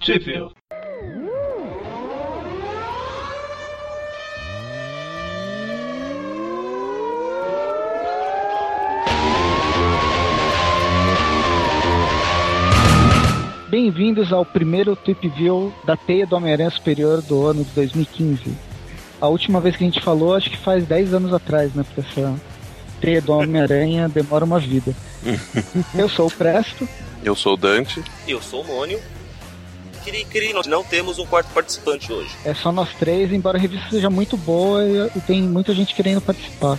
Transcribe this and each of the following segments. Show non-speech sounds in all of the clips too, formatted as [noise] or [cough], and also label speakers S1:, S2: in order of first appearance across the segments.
S1: Sheffield.
S2: Bem-vindos ao primeiro Trip View da Teia do Homem-Aranha Superior do ano de 2015. A última vez que a gente falou, acho que faz 10 anos atrás, né? Porque essa Teia do Homem-Aranha demora uma vida. Eu sou o Presto.
S3: Eu sou o Dante.
S4: Eu sou o Mônio. Cri, cri, nós não temos um quarto participante hoje.
S2: É só nós três, embora a revista seja muito boa e- e tem muita gente querendo participar.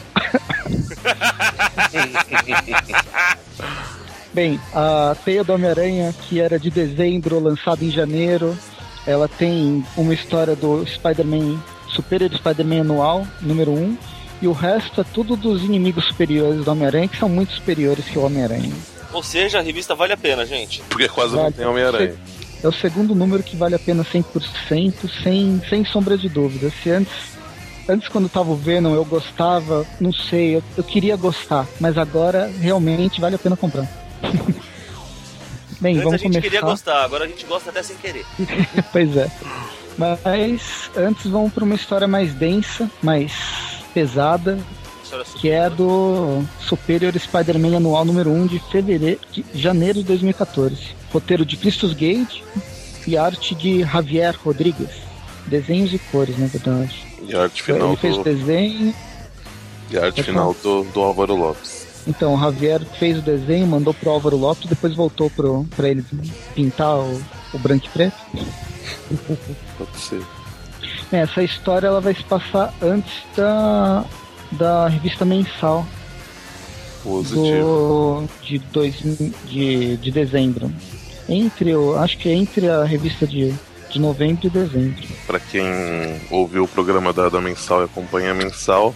S2: Bem, a Teia do Homem-Aranha, que era de dezembro, lançada em janeiro, ela tem uma história do Spider-Man, Superior Spider-Man anual, número 1, e o resto é tudo dos inimigos superiores do Homem-Aranha, que são muito superiores que o Homem-Aranha.
S4: Ou seja, a revista vale a pena, gente.
S3: Porque quase não
S2: Vale.
S3: tem Homem-Aranha.
S2: É o segundo número que vale a pena 100%, sem, sem sombra de dúvida. Se antes, antes quando tava o Venom, eu gostava, não sei, eu, eu queria gostar, mas agora realmente vale a pena comprar. [laughs] Bem,
S4: Antes a
S2: vamos
S4: gente queria
S2: começar.
S4: gostar, agora a gente gosta até sem querer.
S2: Pois é. Mas antes vamos para uma história mais densa, mais pesada,
S4: História
S2: que é a do Superior Spider-Man Anual número 1 de fevereiro, de janeiro de 2014. Roteiro de Christus Gage e arte de Javier Rodrigues. Desenhos e cores, na verdade.
S3: E a arte final
S2: Ele fez é
S3: do,
S2: o desenho,
S3: e a arte
S2: Pode
S3: final do, do Álvaro Lopes.
S2: então o Javier fez o desenho, mandou pro Álvaro Lopes, depois voltou pro, pra ele pintar o, o branco e preto.
S3: Pode ser.
S2: É, Essa história ela vai se passar antes da, da revista mensal
S3: Positivo.
S2: do, de, dois, de, de dezembro. Entre, o- acho que é entre a revista de, de novembro e dezembro.
S3: Pra quem ouviu o programa da, da Mensal e acompanha a Mensal,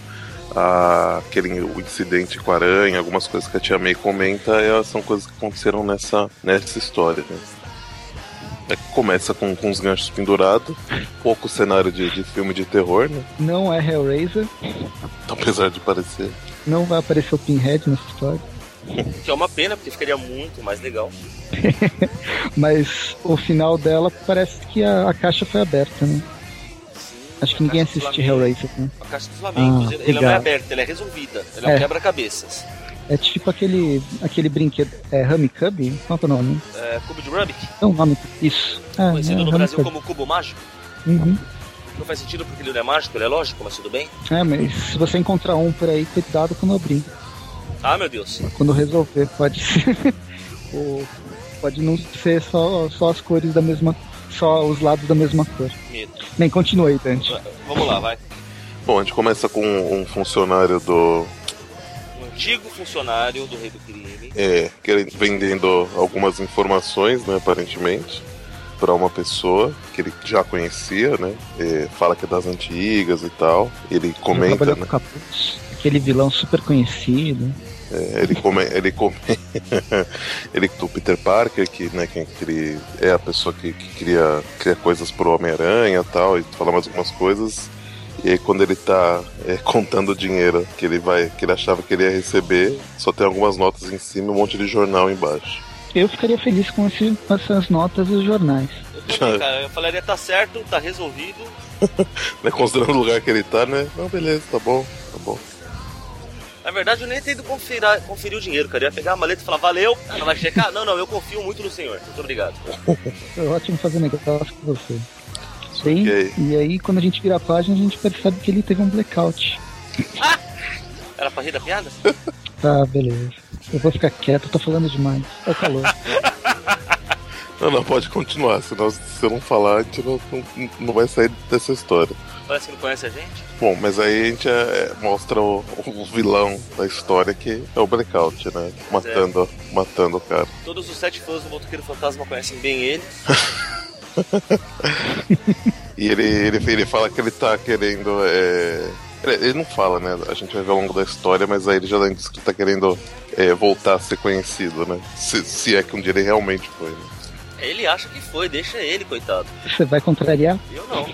S3: a- aquele, o incidente com a aranha, algumas coisas que a Tia May comenta, é- são coisas que aconteceram nessa, nessa história. Né? É que Começa com, com os ganchos pendurados, pouco cenário de, de filme de terror, né?
S2: Não é Hellraiser,
S3: apesar de parecer.
S2: não vai aparecer o Pinhead nessa história,
S4: Que é uma pena, porque ficaria muito mais legal.
S2: mas o final dela parece que a, a caixa foi aberta, né?
S4: Sim,
S2: Acho que
S4: a
S2: ninguém
S4: Caixa do
S2: assiste
S4: Flamengo-
S2: Hellraiser, né?
S4: A caixa dos Flamengo,
S2: Ah,
S4: ela não é
S2: legal.
S4: aberta, ela é resolvida. Ela é um
S2: É.
S4: quebra-cabeças.
S2: É tipo aquele, aquele brinquedo, é Rummy Cub? Qual que é o nome?
S4: É, cubo de Rubik,
S2: É o nome isso. É,
S4: conhecido
S2: é
S4: no
S2: Rummy
S4: Brasil
S2: Cub.
S4: como cubo mágico.
S2: Uhum.
S4: Não faz sentido porque ele não é mágico, ele é lógico, mas tudo bem.
S2: É, mas se você encontrar um por aí, cuidado quando abrir.
S4: Ah, meu Deus.
S2: Quando resolver, pode ser. o- pode não ser só, só as cores da mesma. Só os lados da mesma cor.
S4: Medo. Ah,
S2: Bem, continue aí, Dante.
S4: Vamos lá, vai.
S3: Bom, a gente começa com um funcionário do.
S4: Um antigo funcionário do Rei do Crime.
S3: É, que ele vendendo algumas informações, né, aparentemente, para uma pessoa que ele já conhecia, né? é, fala que é das antigas e tal. Ele
S2: Ele
S3: comenta,
S2: trabalhou
S3: né?
S2: com Capuz, aquele vilão super conhecido.
S3: é, ele come, ele come, [laughs] ele do Peter Parker, que, né, quem que ele é a pessoa que, que cria, cria coisas pro Homem-Aranha e tal, e fala mais algumas coisas. E aí quando ele tá é, [laughs] contando o dinheiro que ele vai, que ele achava que ele ia receber, só tem algumas notas em cima e um monte de jornal embaixo.
S2: Eu ficaria feliz com, esse- com essas notas dos jornais.
S4: Eu, também, cara, eu falaria, tá certo, tá resolvido.
S3: Né, considerando o lugar que ele tá, né? Não, beleza, tá bom, tá bom.
S4: Na verdade, eu nem tento conferir, conferir o dinheiro, cara. Eu ia pegar a maleta e falar, valeu. Ela vai checar? Ah, Não, não, eu confio muito no senhor. Muito obrigado.
S2: Foi ótimo fazer negócio com você. Bem,
S3: E aí?
S2: e aí, quando a gente vira a página, a gente percebe que ele teve um blackout.
S4: Era pra rir da piada?
S2: Tá, beleza. Eu vou ficar quieto, eu tô falando demais. É o
S3: [laughs]
S2: calor.
S3: Não, não, pode continuar, senão se eu não falar, a gente não, não, não vai sair dessa história.
S4: Parece que não conhece a gente.
S3: Bom, mas aí a gente é, é, mostra o, o vilão da história, que é o Blackout, né? Matando, matando o cara.
S4: Todos os sete fãs do Motoqueiro Fantasma conhecem bem ele.
S3: E ele, ele, ele fala que ele tá querendo. é, Ele ele não fala, né? A gente vai ver ao longo da história, mas aí ele já diz que ele tá querendo é, voltar a ser conhecido, né? Se, se é que um dia ele realmente foi, né?
S4: Ele acha que foi, deixa ele, coitado.
S2: Você vai contrariar?
S4: Eu não.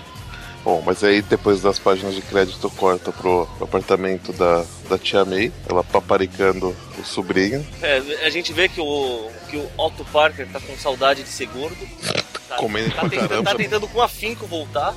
S3: Bom, mas aí depois das páginas de crédito corta pro apartamento da, da tia May, ela paparicando o sobrinho.
S4: É, a gente vê que o, que o Otto Parker tá com saudade de ser gordo. sabe?
S3: Comendo
S4: tá,
S3: pra
S4: tentando,
S3: caramba.
S4: tá tentando com afinco voltar.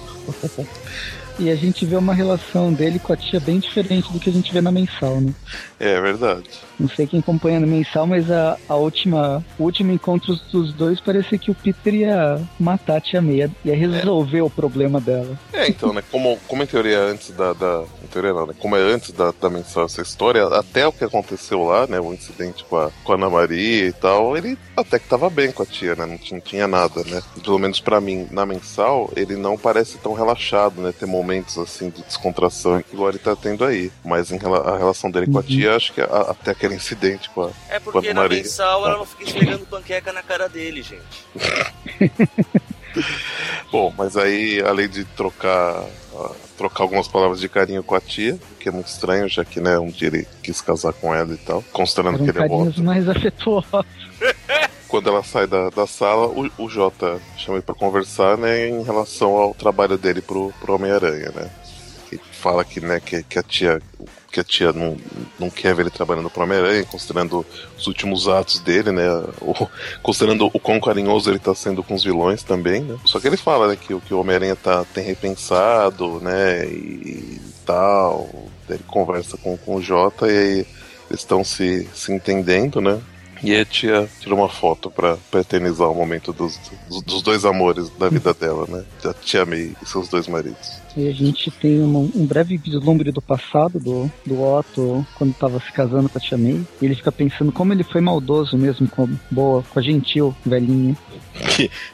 S2: E a gente vê uma relação dele com a tia bem diferente do que a gente vê na mensal, né?
S3: É verdade.
S2: Não sei quem acompanha no mensal, mas a, a última, o último encontro dos dois parecia que o Peter ia matar a tia Meia, ia resolver o problema dela.
S3: É, então, né? Como, como em teoria é antes da. da em teoria não, né? Como é antes da, da mensal essa história, até o que aconteceu lá, né? O incidente com a, com a Ana Maria e tal, ele até que tava bem com a tia, né? Não tinha, não tinha nada, né? Pelo menos pra mim, na mensal, ele não parece tão relaxado, né? Ter momentos assim de descontração igual ele tá tendo aí. Mas em rela- a relação dele com a
S2: Uhum.
S3: tia, acho que a- até aquele incidente com a.
S4: É porque
S3: Quanto
S4: na
S3: Maria. Ah.
S4: mensal ela não fica esfregando panqueca na cara dele, gente.
S3: Bom, mas aí, além de trocar, ah, trocar algumas palavras de carinho com a tia, que é muito estranho, já que, né, um dia ele quis casar com ela e tal, considerando
S2: Eram
S3: que ele é
S2: carinhos
S3: morto.
S2: mais [laughs] afetuosos.
S3: Quando ela sai da, da sala, o, o Jota chama ele pra conversar, né, em relação ao trabalho dele pro, pro Homem-Aranha, né. Ele fala que, né, que, que a tia... Que a tia não, não quer ver ele trabalhando pro Homem-Aranha, considerando os últimos atos dele, né? o- considerando o quão carinhoso ele tá sendo com os vilões também, né? Só que ele fala, né, que, o- que o Homem-Aranha tá, tem repensado, né, e tal. Daí Ele conversa com, com o Jota e aí eles estão se, se entendendo, né? E a tia tirou uma foto pra, pra eternizar o momento dos, dos, dos dois amores da vida dela, né? A tia May e seus dois maridos.
S2: E a gente tem uma- um breve vislumbre do passado do, do Otto quando estava se casando com a tia May. E ele fica pensando como ele foi maldoso mesmo com a boa, com a gentil velhinha.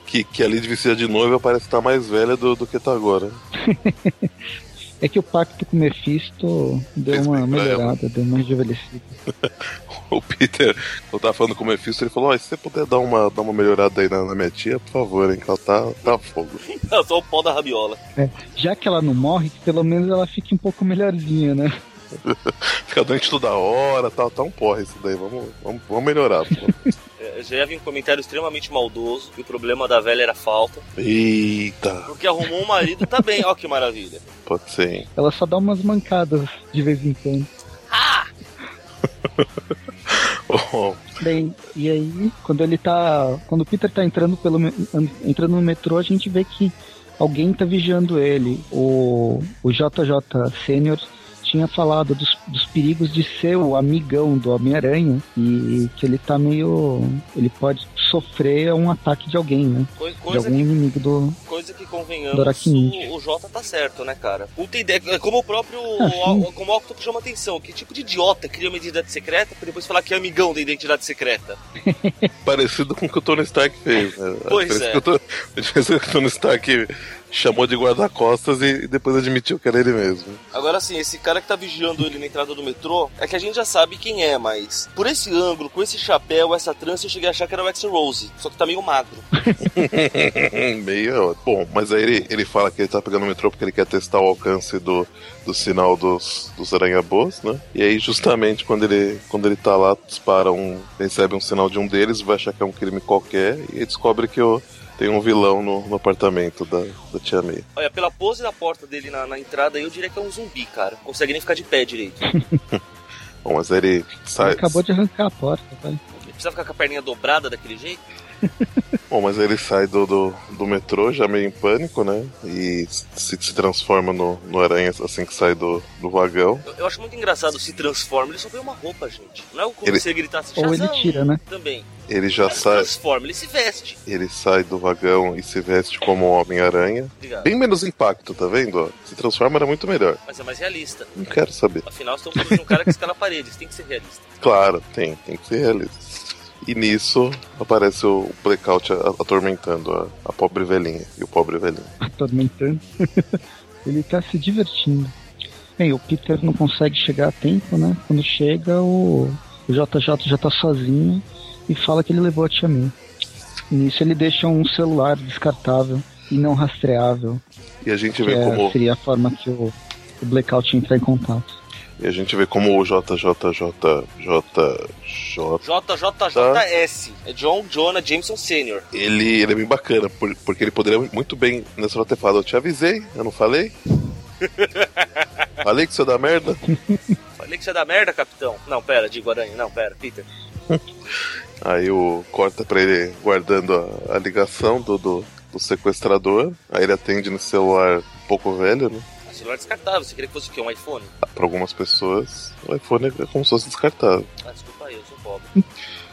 S3: Que, que ali de vestida de noiva parece estar mais velha do, do que tá agora. [laughs]
S2: É que o pacto com o Mephisto deu
S3: Fez
S2: uma
S3: bem pra ela.
S2: melhorada, deu uma envelhecida.
S3: O Peter, eu tava falando com o Mephisto, ele falou, ó, se você puder dar uma, dar uma melhorada aí na, na minha tia, por favor, hein, que ela tá, tá fogo. [laughs]
S4: Não, [laughs] só o pó da rabiola.
S2: Já que ela não morre, que pelo menos ela fique um pouco melhorzinha, né?
S3: Fica doente toda hora, tá, tá um porra isso daí, vamos, vamos, vamos melhorar. Pô.
S4: É, já vi um comentário extremamente maldoso que o problema da velha era falta.
S3: Eita,
S4: Porque arrumou um marido, tá bem, ó que maravilha.
S3: pode ser, hein. [laughs]
S2: Ela só dá umas mancadas de vez em quando.
S3: Oh,
S2: Bem, e aí, quando ele tá. Quando o Peter tá entrando pelo me- an- entrando no metrô, a gente vê que alguém tá vigiando ele. O, o JJ Sênior tinha falado dos, dos perigos de ser o amigão do Homem-Aranha e que ele tá meio. ele pode sofrer um ataque de alguém, né?
S4: Coi-
S2: De
S4: Coisa,
S2: algum inimigo do.
S4: que, coisa que convenhamos,
S2: Doraquinite.
S4: o, o Jota tá certo, né, cara? Puta ideia. é Como
S2: [laughs]
S4: o próprio.
S2: Ah, sim.
S4: o- como o Octopus chama atenção. Que tipo de idiota cria uma identidade secreta pra depois falar que é amigão da identidade secreta?
S3: parecido com o que o Tony Stark fez,
S4: [laughs]
S3: né? A
S4: Pois
S3: diferença
S4: é.
S3: que o Tony- A diferença é que o Tony Stark chamou de guarda-costas e, e depois admitiu que era ele mesmo.
S4: Agora sim, esse cara que tá vigiando ele na entrada do metrô, é que a gente já sabe quem é, mas por esse ângulo, com esse chapéu, essa trança, eu cheguei a achar que era o X-Rose, só que tá meio magro.
S3: [laughs]
S4: Uhum.
S3: Meio. é Bom, mas aí ele, ele fala que ele tá pegando o metrô porque ele quer testar o alcance do, do sinal dos, dos aranhabôs, né? E aí, justamente quando ele, quando ele tá lá, dispara um. recebe um sinal de um deles, vai achar que é um crime qualquer e ele descobre que eu, tem um vilão no, no apartamento da, da Tia May.
S4: Olha, pela pose da porta dele na, na entrada, eu diria que é um zumbi, cara. Não Consegue nem ficar de pé direito.
S3: Bom, mas aí ele sai.
S2: Ele acabou de arrancar a porta, tá? vai.
S4: Ele precisa ficar com a perninha dobrada daquele jeito?
S3: Bom, mas aí ele sai do, do, do metrô já meio em pânico, né? E se, se transforma no, no aranha assim que sai do, do vagão.
S4: Eu, eu acho muito engraçado, se transforma, ele só ganha uma roupa, gente. Não é o como
S3: Ele- Tá
S4: você gritar assim,
S2: Ou ele
S4: "Shazam!"
S2: tira, né?
S4: Também.
S3: Ele já
S4: se
S3: sai.
S4: transforma, ele se veste.
S3: Ele sai do vagão e se veste como um Homem-Aranha.
S4: Obrigado.
S3: Bem menos impacto, tá vendo? Se transforma era muito melhor.
S4: Mas é mais realista.
S3: Não quero saber.
S4: Afinal, estamos falando de um cara que escala paredes, tem que ser realista.
S3: Claro, tem, tem que ser realista. E nisso aparece o blackout a- atormentando a, a pobre velhinha e o pobre velhinho.
S2: atormentando. [laughs] ele tá se divertindo. Bem, o Peter não consegue chegar a tempo, né? Quando chega, o, o JJ já tá sozinho e fala que ele levou a Tia May. E Nisso ele deixa um celular descartável e não rastreável,
S3: E a gente
S2: que
S3: vê
S2: é-
S3: como
S2: seria a forma que o, o Blackout entra em contato.
S3: e a gente vê como o JJJJ
S4: JJJS. É John Jonah Jameson Sr.
S3: ele, ele é bem bacana, por- porque ele poderia muito bem nessa hora ter falado, eu te avisei, eu não
S4: [laughs]
S3: falei? falei que isso ia dar merda?
S4: Falei que você é da merda, capitão. Não, pera, digo aranha. Não, pera, Peter.
S3: Aí o corta pra ele guardando a, a ligação do, do, do sequestrador. Aí ele atende no celular um pouco velho, né?
S4: Ah, celular descartável, você queria que fosse o quê? Um iPhone?
S3: Pra algumas pessoas, o iPhone é como se fosse descartável.
S4: Ah, desculpa aí, eu sou pobre.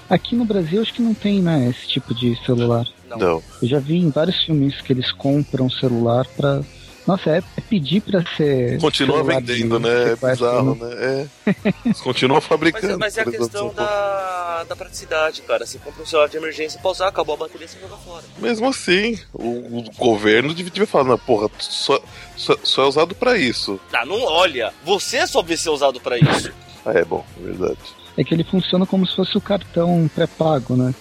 S2: Aqui no Brasil acho que não tem, né, esse tipo de celular.
S4: Não.
S3: Não.
S2: Eu já vi em vários filmes que eles compram celular pra. Nossa, é, é pedir pra ser.
S3: Continua
S2: celular de
S3: vendendo, né? É
S2: sequestro,
S3: bizarro,
S2: né?
S3: né? É. Continua
S4: [laughs] Mas, é-
S3: fabricando.
S4: mas é a
S3: por exemplo,
S4: questão da, da praticidade, cara. Você compra um celular de emergência pra usar, acabou a bateria, você joga fora.
S3: Mesmo assim, o, o governo devia devia falar, "Não, porra, só, só, só é usado pra isso.
S4: Ah, não olha. Você só vê ser usado pra isso.
S3: Ah, é bom, é verdade.
S2: É que ele funciona como se fosse o cartão pré-pago, né?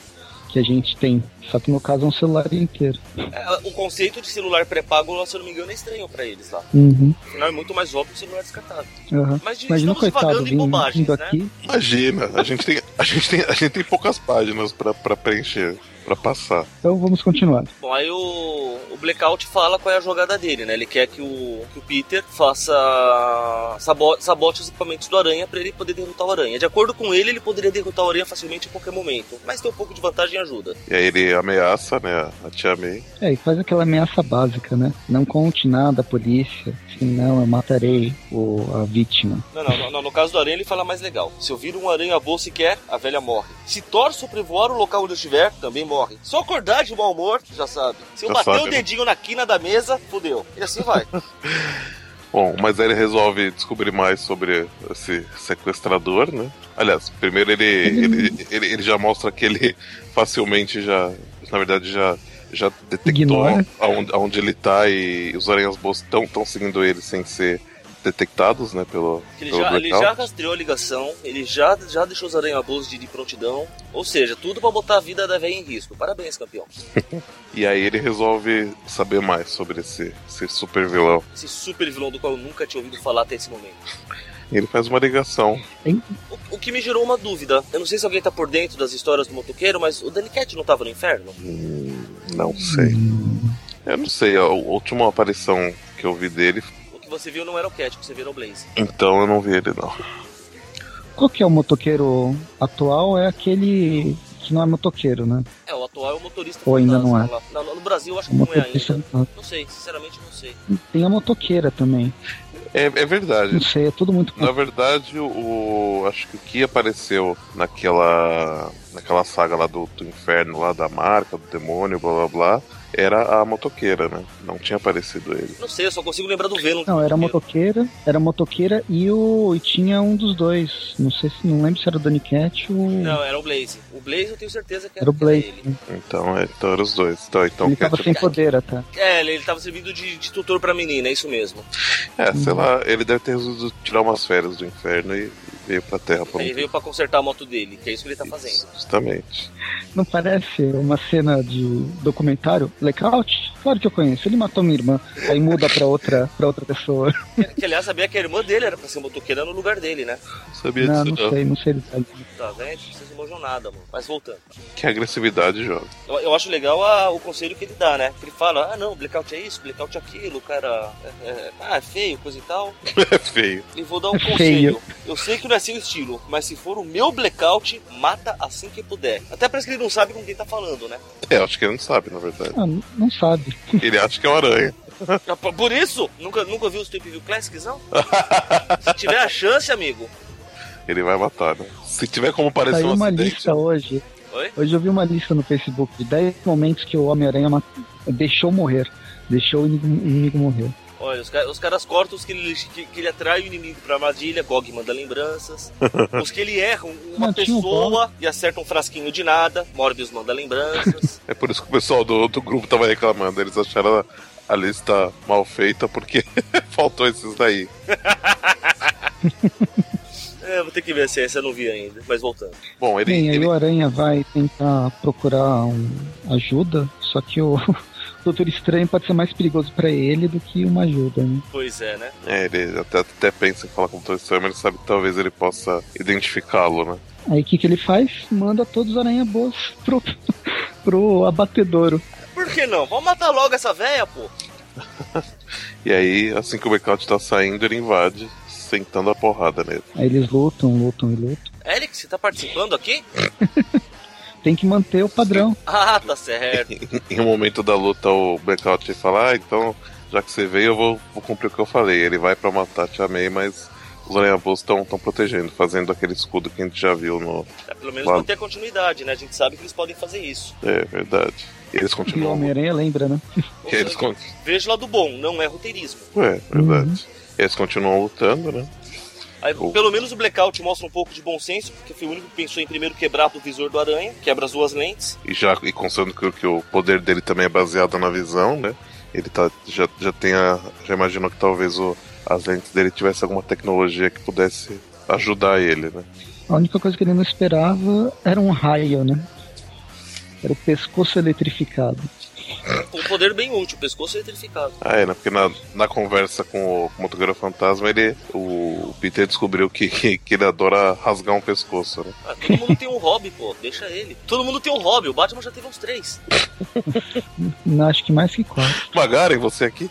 S2: Que a gente tem. Só que no caso é um celular inteiro.
S4: É, O conceito de celular pré-pago, se eu não me engano, é estranho pra eles lá.
S2: Uhum.
S4: Afinal, é muito mais óbvio o celular descartável.
S2: aham.
S4: Mas de-
S2: Imagina o
S4: estamos
S2: coitado
S4: vagando em
S2: vindo,
S4: bobagens,
S2: é vindo
S4: né?
S2: aqui.
S3: Imagina, a gente tem, a gente tem, a gente tem poucas páginas pra, pra preencher, pra passar.
S2: Então vamos continuar.
S4: Bom, aí o, o Blackout fala qual é a jogada dele, né? Ele quer que o, que o Peter faça. Sabo, sabote os equipamentos do Aranha pra ele poder derrotar o Aranha. De acordo com ele, ele poderia derrotar o Aranha facilmente em qualquer momento. Mas tem um pouco de vantagem e ajuda.
S3: E aí ele ameaça, né, a tia May.
S2: É, e faz aquela ameaça básica, né? Não conte nada à polícia, senão eu matarei o, a vítima.
S4: Não, não, não, não, no caso do aranha ele fala mais legal. Se eu vir um aranha voa sequer, a velha morre. Se torce ou prevoar o local onde eu estiver, também morre. Se eu acordar de mau humor, já sabe. Se eu
S3: Já
S4: bater
S3: sabe,
S4: o
S3: né?
S4: dedinho na quina da mesa, fudeu. E assim vai.
S3: Bom, mas aí ele resolve descobrir mais sobre esse sequestrador, né? Aliás, primeiro ele, ele, ele, ele já mostra que ele facilmente já, na verdade, já, já detectou
S2: Ignora.
S3: aonde, aonde ele tá e os aranhas boas estão tão seguindo ele sem ser detectados, né, pelo,
S4: Ele
S3: pelo
S4: já, ele
S3: blackout.
S4: já rastreou a ligação, ele já, já deixou os aranha voos de, de prontidão. Ou seja, tudo pra botar a vida da velha em risco. Parabéns, campeão.
S3: E aí ele resolve saber mais sobre esse, esse super vilão.
S4: Esse super vilão do qual eu nunca tinha ouvido falar até esse momento.
S3: E ele faz uma ligação.
S4: O, o que me gerou uma dúvida. Eu não sei se alguém tá por dentro das histórias do motoqueiro, mas o Daniquete não tava no inferno?
S3: Hum, não sei.
S2: Hum.
S3: Eu não sei, a, a última aparição que eu vi dele,
S4: O que você viu não era o Cat, o que você viu era o Blaze.
S3: então eu não vi ele não.
S2: Qual que é o motoqueiro atual? É aquele que não é motoqueiro, né?
S4: É, o atual é o motorista
S2: Ou ainda não
S4: fantasma lá. Não, no Brasil eu acho
S2: O
S4: que não é
S2: motorista
S4: ainda.
S2: não.
S4: Não sei, sinceramente não sei.
S2: Tem a motoqueira também.
S3: É, é verdade.
S2: Não sei, é tudo muito.
S3: Na verdade, o, o- acho que o que apareceu naquela naquela saga lá do, do inferno, lá da marca, do demônio, blá blá blá, era a motoqueira, né? Não tinha aparecido ele.
S4: Não sei, eu só consigo lembrar do Venom.
S2: Não, era a motoqueira, era a motoqueira e o e tinha um dos dois. Não sei se não lembro se era o Danny Cat ou
S4: Não, era o Blaze. O Blaze eu tenho certeza que era,
S2: era o Blade.
S4: ele.
S2: né?
S3: Então, é, então eram os dois. Então, então
S2: Ele
S3: quer
S2: tava
S3: dizer-
S2: sem poder tá? até.
S4: É, ele, ele tava servindo de, de tutor pra menina, é isso mesmo.
S3: é, sei lá, ele deve ter resolvido tirar umas férias do inferno e veio pra terra por um
S4: Aí ele veio pra consertar a moto dele, que é isso que ele tá fazendo.
S3: Justamente.
S2: Não parece uma cena de documentário? Blackout? Claro que eu conheço. Ele matou minha irmã. Aí muda pra outra, pra
S3: [laughs]
S2: outra pessoa.
S4: Que, que, aliás sabia que a irmã dele era pra ser motoqueira no lugar dele, né?
S3: Não sabia
S2: Não,
S3: disso,
S2: não
S3: não.
S2: sei, não sei detalhe.
S4: Tá vendo? Não se emocionou nada, mano. Mas voltando.
S3: Que agressividade, jovem.
S4: Eu, eu acho legal a- o conselho que ele dá, né? Que ele fala, ah não, blackout é isso, blackout é aquilo, o cara. é- é- ah, é feio, coisa e tal.
S3: [laughs] É feio.
S4: E vou dar um
S2: É
S4: conselho. Eu sei que não é seu estilo, mas se for o meu blackout, mata assim que puder. Até parece que ele não sabe com quem tá falando, né?
S3: É, acho que ele não sabe, na verdade.
S2: Ah, não- não sabe.
S3: Ele acha que é uma aranha.
S4: É por- Por isso, nunca, nunca viu os Tweep View Classics, não? se tiver a chance, amigo.
S3: Ele vai matar, né? Se tiver como parecer
S2: Saiu
S3: um
S2: uma
S3: acidente,
S2: lista hoje.
S4: Oi?
S2: Hoje eu vi uma lista no Facebook de 10 momentos que o Homem-Aranha mat- deixou morrer. Deixou o inimigo- inimigo morrer.
S4: Olha, os, ca- os caras cortam os que ele, que, que ele atrai o inimigo pra armadilha, Gog manda lembranças. os que ele erra uma
S2: Não, tinha um
S4: pessoa e acerta um frasquinho de nada, Morbius
S3: [laughs]
S4: manda lembranças.
S3: É por isso que o pessoal do, do grupo tava reclamando. Eles acharam a, a lista mal feita porque [laughs] faltou esses daí.
S4: é, vou ter que ver se essa eu não vi ainda, mas voltando.
S3: Bom, ele.
S2: Bem, aí
S3: ele-
S2: o Aranha vai tentar procurar um- ajuda, só que o [laughs] Doutor Estranho pode ser mais perigoso pra ele do que uma ajuda, né?
S4: Pois é, né?
S3: é, ele até, até pensa em falar com o Tony Sam, ele sabe que talvez ele possa identificá-lo, né?
S2: Aí o que, que ele faz? Manda todos os aranha boas [laughs] pro, pro abatedouro.
S4: Por que não? Vamos matar logo essa véia, pô.
S3: E aí, assim que o Blackout tá saindo, ele invade, sentando a porrada nele.
S2: Aí eles lutam, lutam e lutam.
S4: Eric, você tá participando aqui?
S2: tem que manter o padrão.
S4: Ah, tá certo.
S3: Em um momento da luta, o Blackout fala: Ah, então, já que você veio, eu vou, vou cumprir o que eu falei. Ele vai pra matar a Tia May, mas os Aranhavôs estão protegendo, fazendo aquele escudo que a gente já viu no.
S4: É, pelo menos
S3: Claro.
S4: manter a continuidade, né? A gente sabe que eles podem fazer isso.
S3: É verdade. E eles
S2: E o
S3: continuam.
S2: Homem-Aranha lembra, né?
S4: Ou
S3: E eles
S4: seja,
S3: con-
S4: Veja o lado bom, não é roteirismo.
S3: É, verdade. Eles continuam lutando, né?
S4: Aí,
S3: Ou-
S4: pelo menos o Blackout mostra um pouco de bom senso, porque foi o único que pensou em primeiro quebrar o visor do aranha, quebra as duas lentes.
S3: E já e considerando que, o- que o poder dele também é baseado na visão, né? Ele tá, já, já tem a. Já imaginou que talvez o, as lentes dele tivesse alguma tecnologia que pudesse ajudar ele, né?
S2: A única coisa que ele não esperava era um raio, né? Era o pescoço eletrificado.
S4: Um poder bem útil, o pescoço eletrificado.
S3: Ah, é, né? Porque na, na conversa com o, com o motoqueiro fantasma, ele, o Peter descobriu que, que, que ele adora rasgar um pescoço, né?
S4: Ah, todo mundo tem um hobby, pô, deixa ele. Todo mundo tem um hobby, o Batman já teve uns três.
S2: Não, acho que mais que quatro.
S3: Magaren, você aqui?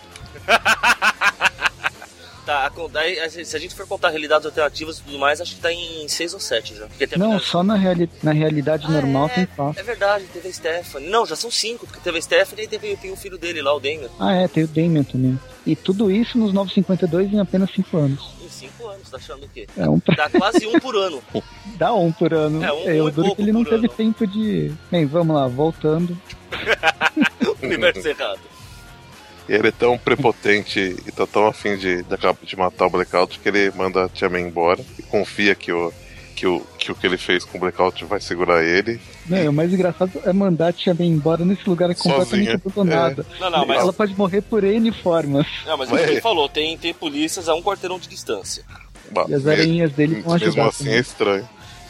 S4: Tá, a con- daí, a- se a gente for contar realidades alternativas e tudo mais, acho que tá em seis ou sete já. Porque tem a
S2: Não,
S4: verdade-
S2: só na, reali na realidade
S4: Ah,
S2: normal
S4: é.
S2: tem quatro.
S4: É verdade, teve a Stephanie. Não, já são cinco, porque teve a Stephanie e teve, tem o filho dele lá, o Damien,
S2: Ah, é, tem o Damien também. E tudo isso nos 952 em apenas cinco anos.
S4: em cinco anos, tá achando o quê?
S2: É um pra...
S4: Dá quase um por ano.
S2: Dá um por ano.
S4: É, um- um
S2: eu
S4: e
S2: duro
S4: pouco
S2: que ele não
S4: por
S2: teve
S4: ano.
S2: tempo de. Bem, vamos lá, voltando.
S4: Universo é errado.
S3: E ele é tão prepotente e tá tão afim de, de, acabar- de matar o Blackout que ele manda a Tia May embora e confia que o que o que, o que ele fez com o Blackout vai segurar ele.
S2: Não, o mais engraçado é mandar a Tia May embora nesse lugar completamente
S3: Sozinha, É.
S2: abandonado.
S4: Não, não, mas,
S2: Ela pode morrer por N formas.
S4: não, mas é
S3: Mas-
S4: ele falou, tem, tem polícias a um quarteirão de distância.
S3: Bah,
S2: E as
S3: me-
S2: aranhas dele vão
S3: mesmo
S2: ajudar.
S3: assim é
S2: também.
S3: estranho.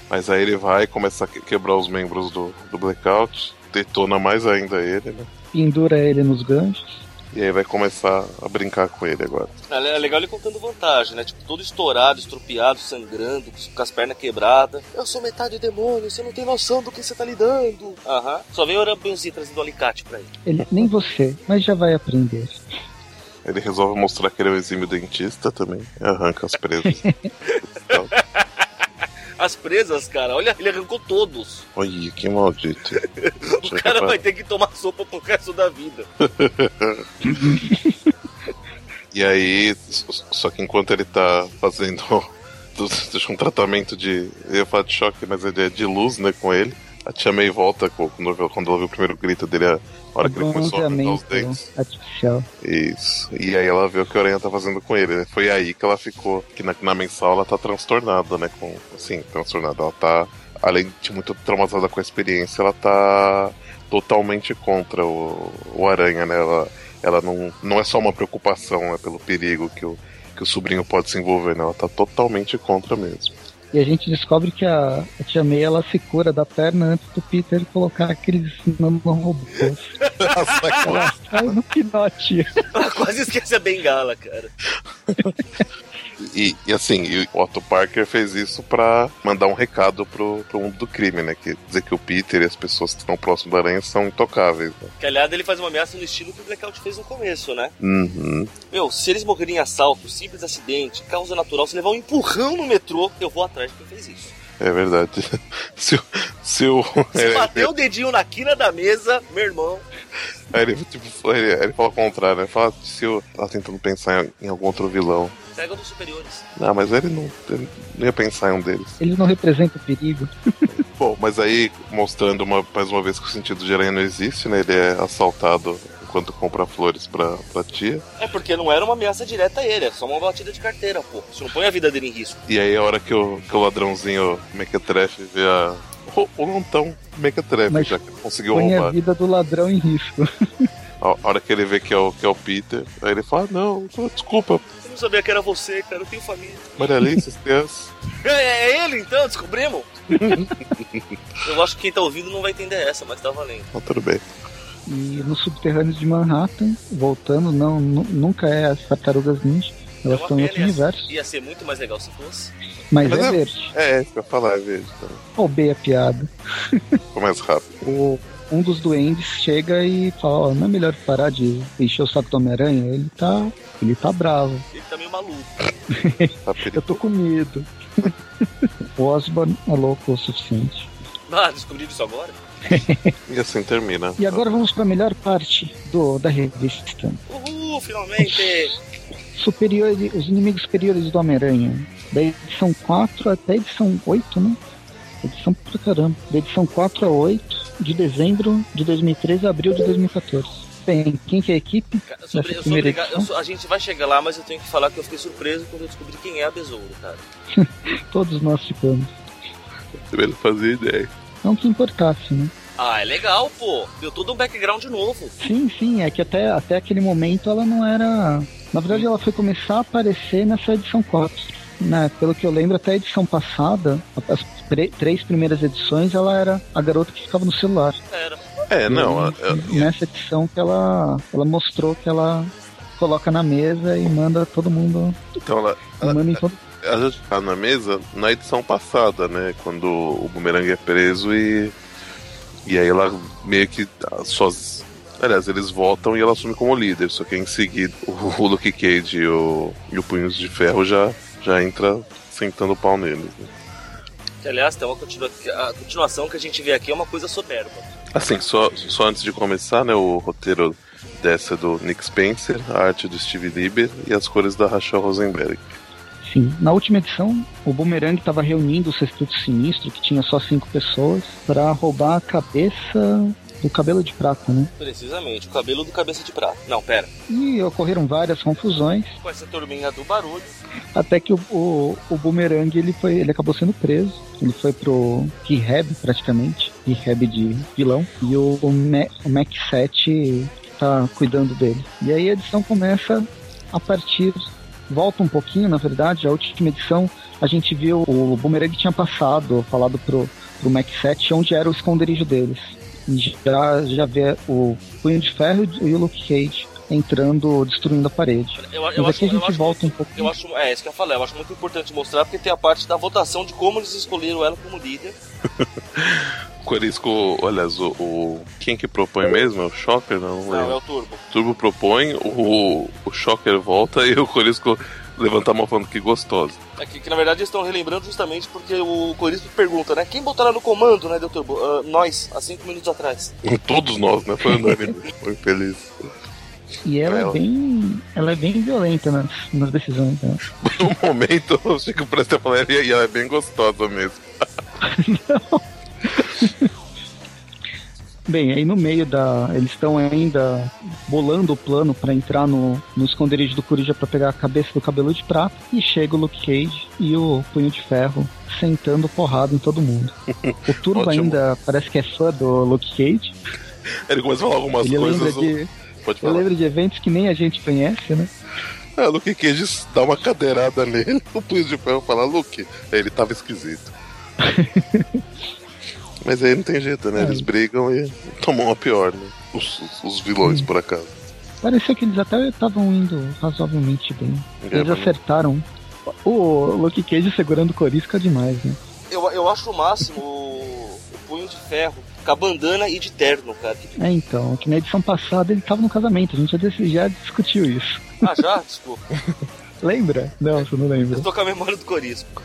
S3: Mas aí ele vai começa a que- quebrar os membros do, do Blackout, detona mais ainda ele, né?
S2: Pendura ele nos ganchos.
S3: E aí vai começar a brincar com ele agora.
S4: É le- é legal ele contando vantagem, né? Tipo, todo estourado, estropiado, sangrando, com as pernas quebradas. Eu sou metade demônio, você não tem noção do que você tá lidando. Aham. Só veio o Arambanzi trazendo o alicate pra ele.
S2: Ele, nem você, mas já vai aprender.
S3: Ele resolve mostrar que ele é um exímio dentista também. Arranca as presas. Então,
S4: As presas, cara, olha, ele arrancou todos.
S3: Olha, que maldito.
S4: O cara vai ter que tomar sopa pro resto da vida.
S3: E aí, s- s- só que enquanto ele tá fazendo [laughs] do- do- um tratamento de. Eu ia falar de choque, mas ele é de luz, né, com ele. A Tia May volta com- quando ouviu- quando ela ouviu o primeiro grito dele, a hora que ele começou a arrancar os
S2: Bronzeamento
S3: dentes.
S2: artificial.
S3: Isso. E aí ela vê o que a Aranha tá fazendo com ele, né? Foi aí que ela ficou. Que na, na mensal ela tá transtornada, né? Com, assim, transtornada. Ela tá. Além de muito traumatizada com a experiência, ela tá totalmente contra o, o Aranha, né? Ela, ela não, não é só uma preocupação né, pelo perigo que o, que o sobrinho pode se envolver, né? Ela tá totalmente contra mesmo.
S2: E a gente descobre que a, a tia May ela se cura da perna antes do Peter colocar aqueles nanorobôs. Ela um sai no pinote.
S4: Ela [laughs] quase esquece a bengala, cara.
S3: E, e assim, e o Otto Parker fez isso pra mandar um recado pro, pro mundo do crime, né? Que, dizer que o Peter e as pessoas que estão próximo da aranha são intocáveis, né?
S4: Que aliás ele faz uma ameaça no estilo que o Blackout fez no começo, né?
S3: Uhum.
S4: Meu, se eles morrerem em assalto, simples acidente, causa natural, se levar um empurrão no metrô, eu vou atrás de quem fez isso.
S3: É verdade. [laughs] Se, o- se o. [laughs]
S4: Se
S3: é.
S4: bater o dedinho na quina da mesa, meu irmão.
S3: Aí ele, tipo, ele, ele fala o contrário, né? Fala se o. Tá tentando pensar em, em algum outro vilão.
S4: Pega dos superiores.
S3: Ah, mas ele não, ele não ia pensar em um deles.
S2: Eles não representam perigo.
S3: Bom, mas aí, mostrando uma, mais uma vez que o sentido de aranha não existe, né? Ele é assaltado enquanto compra flores pra, pra tia.
S4: É porque não era uma ameaça direta a ele, é só uma batida de carteira, pô. Isso não põe a vida dele em risco.
S3: E aí a hora que o, que o ladrãozinho Mequetrefe vê a. O, o lontão Mequetrefe,
S2: Mas
S3: já que ele conseguiu
S2: Põe
S3: roubar.
S2: a vida do ladrão em risco.
S3: A hora que ele vê que é o, que é o Peter, aí ele fala, "Ah, não, desculpa,
S4: Eu não sabia que era você, cara, eu tenho família.
S3: Maria Alice, as crianças.
S4: É, é ele então, descobrimos? eu acho que quem tá ouvindo não vai entender essa, mas tá valendo.
S3: Então, tudo bem.
S2: E nos subterrâneos de Manhattan, voltando, não, nu- nunca é as tartarugas ninja. Elas
S4: uma
S2: estão em um outro
S4: pena, Então, ia-
S2: universo.
S4: Ia ser muito mais legal se fosse.
S2: Mas
S3: Mas
S2: é
S3: é-
S2: verde.
S3: É, isso que eu ia falar, veja. Então,
S2: Roubei a piada.
S3: ficou mais rápido.
S2: O, um dos duendes chega e fala, ó, não é melhor parar de encher o saco do Homem-Aranha? Ele tá. Ele tá bravo.
S4: Ele tá meio maluco.
S3: Tá
S2: Eu
S3: perigo.
S2: tô com medo. o Osborn é louco o suficiente.
S4: Ah, descobriram isso agora?
S3: E assim termina.
S2: E agora vamos para a melhor parte do, da revista.
S4: Uhul, finalmente!
S2: Superiores, os inimigos superiores do Homem-Aranha. Da edição 4 até a edição 8, né? Edição pra caramba. Da edição 4 a 8 de dezembro de 2013 a abril de 2014. Bem, quem que é a equipe?
S4: Cara, eu
S2: Nessa
S4: sou obri- eu sou
S2: primeira
S4: obrigado- eu
S2: edição?
S4: sou- a gente vai chegar lá, mas eu tenho que falar que eu fiquei surpreso quando eu descobri quem é a Besouro, cara.
S2: Todos nós ficamos.
S3: Também não fazia ideia.
S2: Não que importasse, né?
S4: Ah, é legal, pô. Deu todo um background novo.
S2: Sim, sim, é que até, até aquele momento ela não era. Na verdade, ela foi começar a aparecer nessa edição 4. Né? Pelo que eu lembro, até a edição passada, as pre- três primeiras edições, ela era a garota que ficava no celular.
S4: Era.
S3: É, não. a-
S2: E aí,
S3: a-
S2: nessa edição que ela, ela mostrou que ela coloca na mesa e manda todo mundo.
S3: então, ela,
S2: manda em todo...
S3: a gente tá na mesa na edição passada, né? Quando o bumerangue é preso e. E aí ela meio que tá soz... Aliás, eles votam e ela assume como líder. Só que em seguida o, o Luke Cage e o, e o Punhos de Ferro já, já entra sentando o pau neles. né.
S4: Que, aliás, tem uma continua- a continuação que a gente vê aqui é uma coisa soberba.
S3: Assim, só, só antes de começar, né? O roteiro dessa é do Nick Spencer, a arte do Steve Lieber e as cores da Rachel Rosenberg.
S2: Sim. Na última edição, o Boomerang estava reunindo o Sexteto Sinistro, que tinha só cinco pessoas, para roubar a cabeça do cabelo de prata, né?
S4: Precisamente, o cabelo do cabeça de prata. Não, pera.
S2: E ocorreram várias confusões,
S4: Com essa turminha do barulho.
S2: até que o, o, o Boomerang ele, foi, ele acabou sendo preso. Ele foi pro rehab, praticamente, rehab de vilão. E o, o, Ma- o Mac 7 tá cuidando dele. E aí a edição começa a partir. Volta um pouquinho, na verdade, a última edição a gente viu o Boomerang tinha passado, falado pro, pro Mac 7 onde era o esconderijo deles. E Já, já vê o Punho de Ferro e o Luke Cage entrando, destruindo a parede.
S4: Eu, eu
S2: Mas aqui
S4: acho,
S2: a
S4: eu
S2: gente
S4: acho-
S2: volta um pouco.
S4: Eu acho, é isso que eu falei, eu acho muito importante mostrar porque tem a parte da votação de como eles escolheram ela como líder.
S3: Corisco, aliás, o, o. Quem que propõe mesmo? É o Shocker? Não, não
S4: Não,
S3: lembro.
S4: é o Turbo.
S3: Turbo propõe, o, o Shocker volta e o Corisco levanta a mão falando que gostosa.
S4: É que, que, na verdade eles estão relembrando justamente porque o Corisco pergunta, né? Quem botará no comando, né, Dr. Bo? Ah, nós, há cinco minutos atrás.
S3: Todos nós, né? Foi
S2: [laughs]
S3: unânime. Foi feliz.
S2: E ela,
S3: Ela.
S2: é bem. Ela é bem violenta nas, nas decisões, né?
S3: No um momento, eu fico prestando falando, e ela é bem gostosa mesmo.
S2: Bem, aí no meio da. Eles estão ainda bolando o plano pra entrar no, no esconderijo do Coruja pra pegar a cabeça do cabelo de prata. E chega o Luke Cage e o Punho de Ferro sentando porrada em
S3: [laughs]
S2: todo mundo. O Turbo
S3: Ótimo.
S2: ainda parece que é fã do Luke Cage.
S3: Ele começa a falar algumas
S2: Ele lembra
S3: coisas.
S2: de,
S3: Pode
S2: ele
S3: falar.
S2: lembra de eventos que nem a gente conhece, né?
S3: Ah, Luke Cage dá uma cadeirada nele. [laughs] O Punho de Ferro fala, Luke, aí ele tava esquisito. Mas aí não tem jeito, né? Eles brigam e tomam a pior, né? Os, os- os vilões, por acaso.
S2: Pareceu que eles até estavam indo razoavelmente bem. Eles
S3: É,
S2: acertaram. O Luke Cage segurando o Corisca é demais, né?
S4: Eu, eu acho o máximo o, o punho de ferro, com a bandana e de terno, cara. Que-
S2: É, então, que na edição passada ele tava no casamento, a gente já, dec- já discutiu isso.
S4: Ah, já? Desculpa.
S2: Lembra? Não, você não lembra.
S4: Eu tô com a memória do Corisco.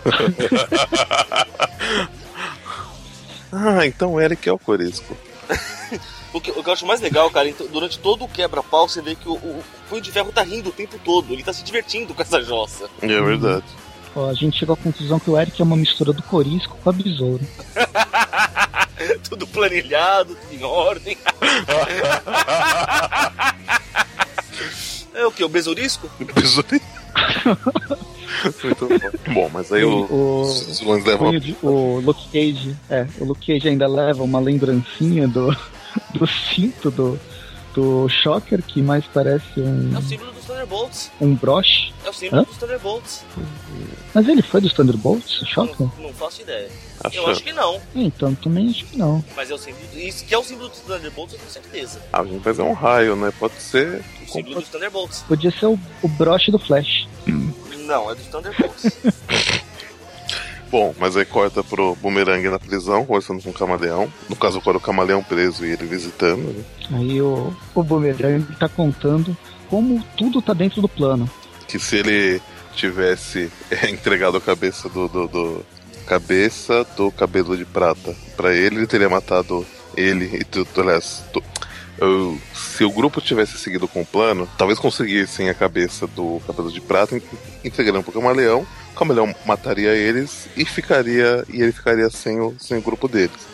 S3: Ah, então o Eric é o Corisco.
S4: O que, o que eu acho mais legal, cara, então, durante todo o quebra-pau, você vê que o, o- o punho de ferro tá rindo o tempo todo. Ele tá se divertindo com essa jossa. [laughs]
S3: É verdade.
S2: Ó, a gente chegou à conclusão que o Eric é uma mistura do corisco com a besouro.
S4: tudo planilhado, tudo em ordem. é o que? O besourisco?
S3: Besouro. Muito bom. Bom, mas aí o,
S2: O,
S3: os vilões
S2: o,
S3: levam.
S2: punho de- o Luke Cage, é, o Luke Cage ainda leva uma lembrancinha do, [laughs] do cinto do, do Shocker, que mais parece um,
S4: É o símbolo dos Thunderbolts.
S2: um broche.
S4: É o símbolo
S2: Hã?
S4: dos Thunderbolts.
S2: Mas ele foi dos Thunderbolts, o Shocker?
S4: Não, não faço ideia. Eu
S3: Acho,
S4: acho que não,
S2: É, Então, também acho que não.
S4: mas é o símbolo. Isso que é o símbolo dos Thunderbolts, eu tenho certeza.
S3: ah, a gente vai fazer um raio, né? Pode ser.
S4: O símbolo dos Thunderbolts.
S2: Podia ser o, o broche do Flash.
S4: Não, é dos Thunderbolts.
S3: Bom, mas aí corta pro bumerangue na prisão, conversando com o camaleão. No caso, agora o camaleão preso e ele visitando. Né?
S2: Aí o, o Boomerang tá contando como tudo tá dentro do plano.
S3: Que se ele tivesse [laughs] é, entregado a cabeça do, do, do- Cabeça do cabelo de prata pra ele, ele teria matado ele e tu, tu aliás, tu- eu- se o grupo tivesse seguido com o plano, talvez conseguissem a cabeça do Cabelo de Prata, en- entregando pro Camaleão. O Camaleão mataria eles e ficaria e ele ficaria sem o, sem o grupo deles.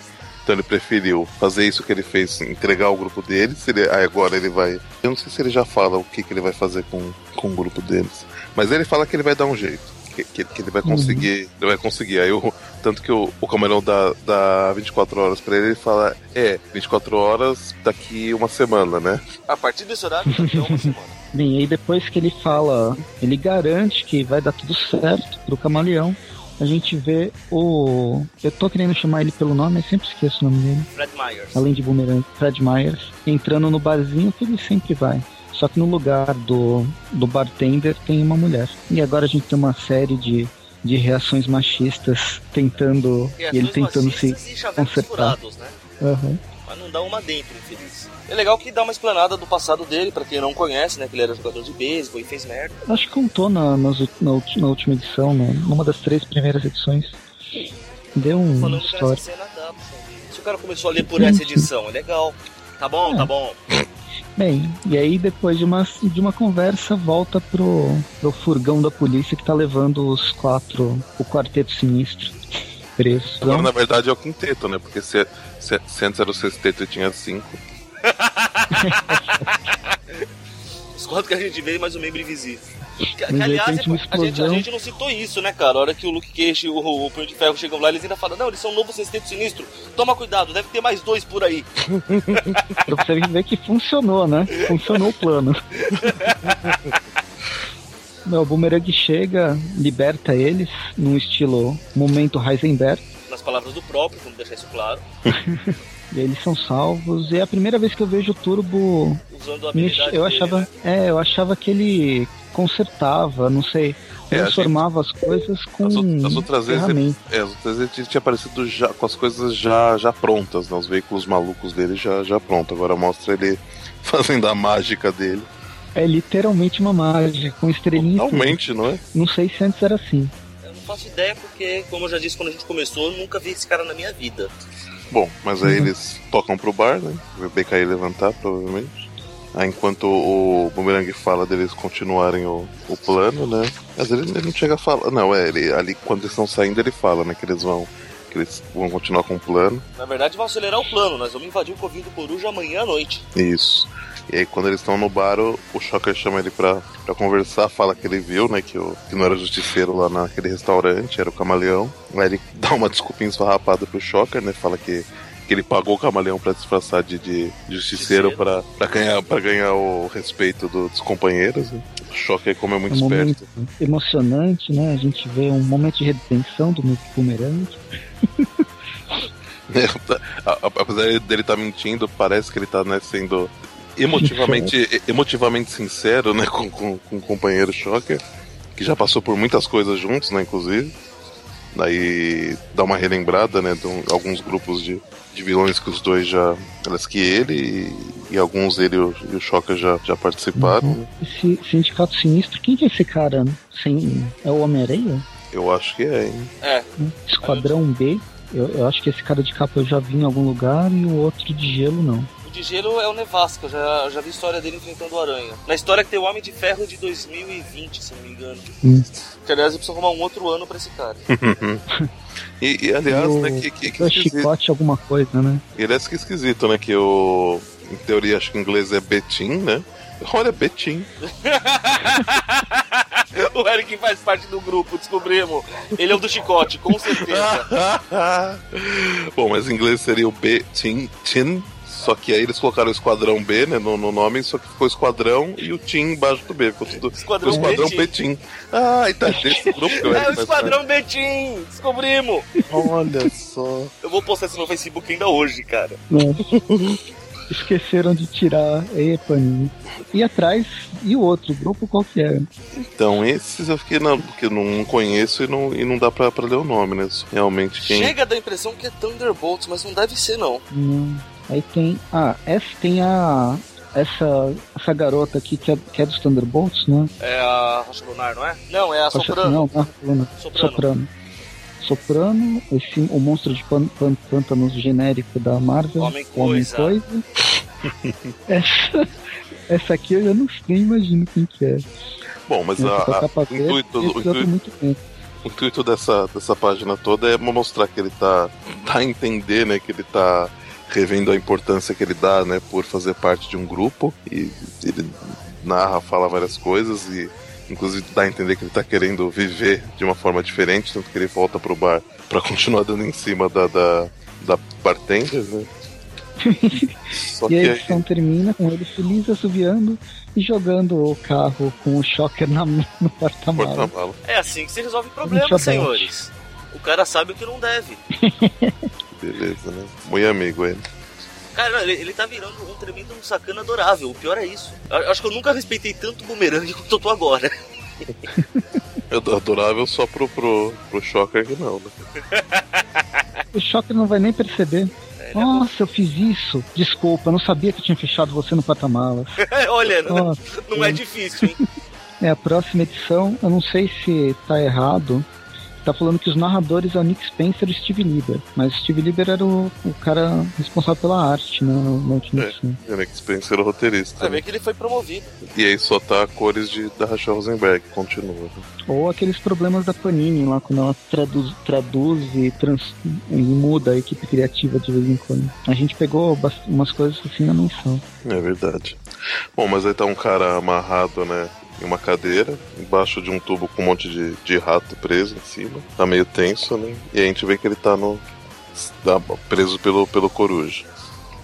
S3: Então ele preferiu fazer isso que ele fez, entregar o grupo deles. Ele, aí agora ele vai. Eu não sei se ele já fala o que, que ele vai fazer com, com o grupo deles. Mas ele fala que ele vai dar um jeito. Que, que- que ele vai
S2: Uhum.
S3: conseguir. Ele vai conseguir. Aí o, tanto que o, o Camarão dá, dá 24 horas pra ele e fala: É, 24 horas daqui uma semana, né?
S4: A partir desse horário, daqui a uma semana.
S2: Bem, aí depois que ele fala, ele garante que vai dar tudo certo pro camaleão, a gente vê o. Eu tô querendo chamar ele pelo nome, eu sempre esqueço o nome dele.
S4: Fred Myers.
S2: Além de Boomerang, Fred Myers, entrando no barzinho que ele sempre vai. Só que no lugar do, do bartender tem uma mulher. E agora a gente tem uma série de, de reações machistas tentando. e ele tentando se.
S4: se e chaveiros
S2: consertar.
S4: furados, né?
S2: Aham.
S4: Mas não dá uma dentro, infeliz. É legal que dá uma explanada do passado dele, pra quem não conhece, né? Que ele era jogador de beisebol e fez merda.
S2: Acho que contou na, nas ult- na, ulti- na última edição, né? numa das três primeiras edições. Deu um
S4: Falando que nessa
S2: histórico.
S4: cena dá pra saber. Se o cara começou a ler por essa edição, é legal. Tá bom, tá bom.
S2: Bem, e aí depois de uma, de uma conversa volta pro, pro furgão da polícia que tá levando os quatro, o quarteto sinistro preso. Então,
S3: Agora, na verdade, é o quinteto, né? Porque se, se, se antes era o sexteto e tinha cinco.
S4: Os quatro que a gente vê e mais um membro invisível. Que, que,
S2: de
S4: aliás,
S2: repente,
S4: é-
S2: uma
S4: a, gente, a
S2: explosão.
S4: gente não citou isso, né, cara? A hora que o Luke Cage e o, o Punho de Ferro chegam lá, eles ainda falam: Não, eles são um novo sexteto sinistro. Toma cuidado, deve ter mais dois por aí.
S2: Pra você ver que funcionou, né? Funcionou o plano. Não, o Boomerang chega, liberta eles, num estilo momento Heisenberg,
S4: Nas palavras do próprio, vamos deixar isso claro.
S2: e eles são salvos. E é a primeira vez que eu vejo o Turbo
S4: Usando a
S2: Me-
S4: habilidade.
S2: eu
S4: dele,
S2: achava,
S4: né?
S2: é, eu achava que ele consertava, não sei,
S3: É,
S2: transformava as coisas com
S3: As outras- as outras vezes ele-
S2: ferramenta.
S3: É, às vezes ele tinha aparecido já, com as coisas já, já prontas, né? Os veículos malucos dele já, já pronto. Agora mostra ele [laughs] fazendo a mágica dele.
S2: É literalmente uma mágica, com estrelinha. e tudo.
S3: Totalmente, não é?
S2: Não sei se antes era assim.
S4: Eu não faço ideia porque, como eu já disse quando a gente começou, eu nunca vi esse cara na minha vida.
S3: Bom, mas aí
S2: Uhum.
S3: eles tocam pro bar, né? Bem cair e levantar, provavelmente. Aí, enquanto o Boomerang fala deles continuarem o, o plano, né? Mas ele, ele não chega a falar. Não, é, ele, ali quando eles estão saindo, ele fala, né? Que eles vão. Que eles vão continuar com o plano.
S4: Na verdade, vão acelerar o plano. Nós vamos invadir o Covil do Coruja amanhã à noite.
S3: Isso. E aí quando eles estão no bar, o, o Shocker chama ele pra, pra conversar, fala que ele viu, né, que, o, que não era justiceiro lá naquele restaurante, era o camaleão. Aí ele dá uma desculpinha esfarrapada pro Shocker, né? Fala que, que ele pagou o camaleão pra disfarçar de, de
S4: Justiceiro.
S3: justiceiro pra, pra, ganhar, pra ganhar o respeito do- dos companheiros. Né? O Shocker, como é muito
S2: um
S3: esperto,
S2: momento emocionante, né? A gente vê um momento de redenção do meu bumerangue.
S3: né? A- a- Apesar dele estar mentindo, parece que ele tá né, sendo emotivamente, e- emotivamente sincero né, com, com, com o companheiro Shocker, que já passou por muitas coisas juntos, né, inclusive. Daí dá uma relembrada né, de um- alguns grupos de, de vilões que os dois já. Aliás, que ele e, e alguns ele e o, e o Shocker já, já participaram. né.
S2: Esse sindicato sinistro, quem que é esse cara? Sem, é o Homem-Aranha?
S3: Eu acho que é, hein?
S4: É,
S2: Esquadrão B? Eu, eu acho que esse cara de capa eu já vi em algum lugar e o outro de gelo não.
S4: O de gelo é o Nevasca, eu já, eu já vi história dele enfrentando o Aranha. Na história que tem o Homem de Ferro de 2020, se não me engano.
S2: Hum.
S4: Que aliás eu preciso arrumar um outro ano pra esse cara.
S3: E, e, aliás,
S2: E o-
S3: né, que, que, que
S2: É
S3: esquisito.
S2: chicote alguma coisa, né?
S3: E aliás, que esquisito, né? Que o. Em teoria, acho que em inglês é Betim, né? Olha, Betim.
S4: [laughs] o Eric faz parte do grupo, descobrimos. Ele é o do chicote, com [laughs] certeza.
S3: Bom, mas em inglês seria o Betim, Tin. Só que aí eles colocaram o esquadrão B, né? No, no nome, só que ficou esquadrão e o Tim embaixo do B. Ficou tudo. Ficou
S4: Esquadrão,
S3: esquadrão
S4: Betim.
S3: Betim. Ah, e tá desse grupo que eu
S4: [laughs] É
S3: era
S4: o Esquadrão Betim! Descobrimos!
S3: [laughs] Olha só.
S4: Eu vou postar isso no Facebook ainda hoje, cara.
S2: Não. É. Esqueceram de tirar. E paninho. E atrás, e o outro grupo qual que é?
S3: Então, esses eu fiquei na. Porque eu não conheço e não, e não dá pra, pra ler o nome, né? Realmente quem.
S4: Chega da impressão que é Thunderbolts, mas não deve ser, não.
S2: Não. Aí tem. Ah, essa tem a. Essa, essa garota aqui que é, que é dos Thunderbolts, né?
S4: É a Rocha Lunar, não é? Não, é a
S2: Acho- né?
S4: Soprano.
S2: Não, não, não, não.
S4: Soprano.
S2: Soprano. Soprano, esse, o monstro de pan, pan, pântanos genérico da Marvel,
S4: Homem-Coisa.
S2: Homem Coisa. essa, essa aqui eu já não nem imagino quem que é.
S3: Bom, mas
S2: Essa
S3: a- a- Ah,
S2: capa
S3: o
S2: preta,
S3: intuito,
S2: esse
S3: o
S2: outro
S3: intuito-
S2: muito bem.
S3: o intuito dessa, dessa página toda é mostrar que ele tá, tá a entender, né? Que ele tá revendo a importância que ele dá, né? Por fazer parte de um grupo. E ele narra, fala várias coisas e inclusive dá a entender que ele tá querendo viver de uma forma diferente, tanto que ele volta pro bar pra continuar dando em cima da, da, da bartender, né? Só
S2: E a
S3: que aí-
S2: edição termina com ele feliz assoviando e jogando o carro com o choker na mão no porta-malas.
S3: porta-mala.
S4: É assim que se resolve
S2: Muito
S4: problemas,
S2: bem.
S4: senhores. O cara sabe o que não deve.
S3: Beleza, né? Muito amigo ele.
S4: Cara, não, ele, ele tá virando um tremendo um sacana adorável. O pior é isso. Eu- acho que eu nunca respeitei tanto o bumerangue [laughs] quanto eu tô agora.
S3: Eu adorável só pro, pro, pro Shocker que não, né?
S2: O choker não vai nem perceber.
S4: ele é
S2: Nossa, eu fiz isso. Desculpa, eu não sabia que eu tinha fechado você no
S4: [laughs]
S2: porta-malas.
S4: Olha, não,
S2: Nossa.
S4: não é difícil, hein?
S2: É, a próxima edição, eu não sei se tá errado, tá falando que os narradores é o Nick Spencer e o Steve Lieber. Mas o Steve Lieber era o, o cara responsável pela arte né, na, na última
S3: É.
S2: edição.
S3: Ele é que Spencer é o roteirista.
S4: [laughs] Você vê que ele foi promovido.
S3: E aí só tá a cores de, da Rachel Rosenberg, continua. né?
S2: Ou aqueles problemas da Panini lá, quando ela traduz, traduz e, trans, e muda a equipe criativa de vez em quando. A gente pegou bas- umas coisas assim na menção.
S3: É verdade. Bom, mas aí tá um cara amarrado, né? Em uma cadeira, embaixo de um tubo com um monte de, de rato preso em cima. Tá meio tenso, né? E aí a gente vê que ele tá no. tá preso pelo, pelo coruja.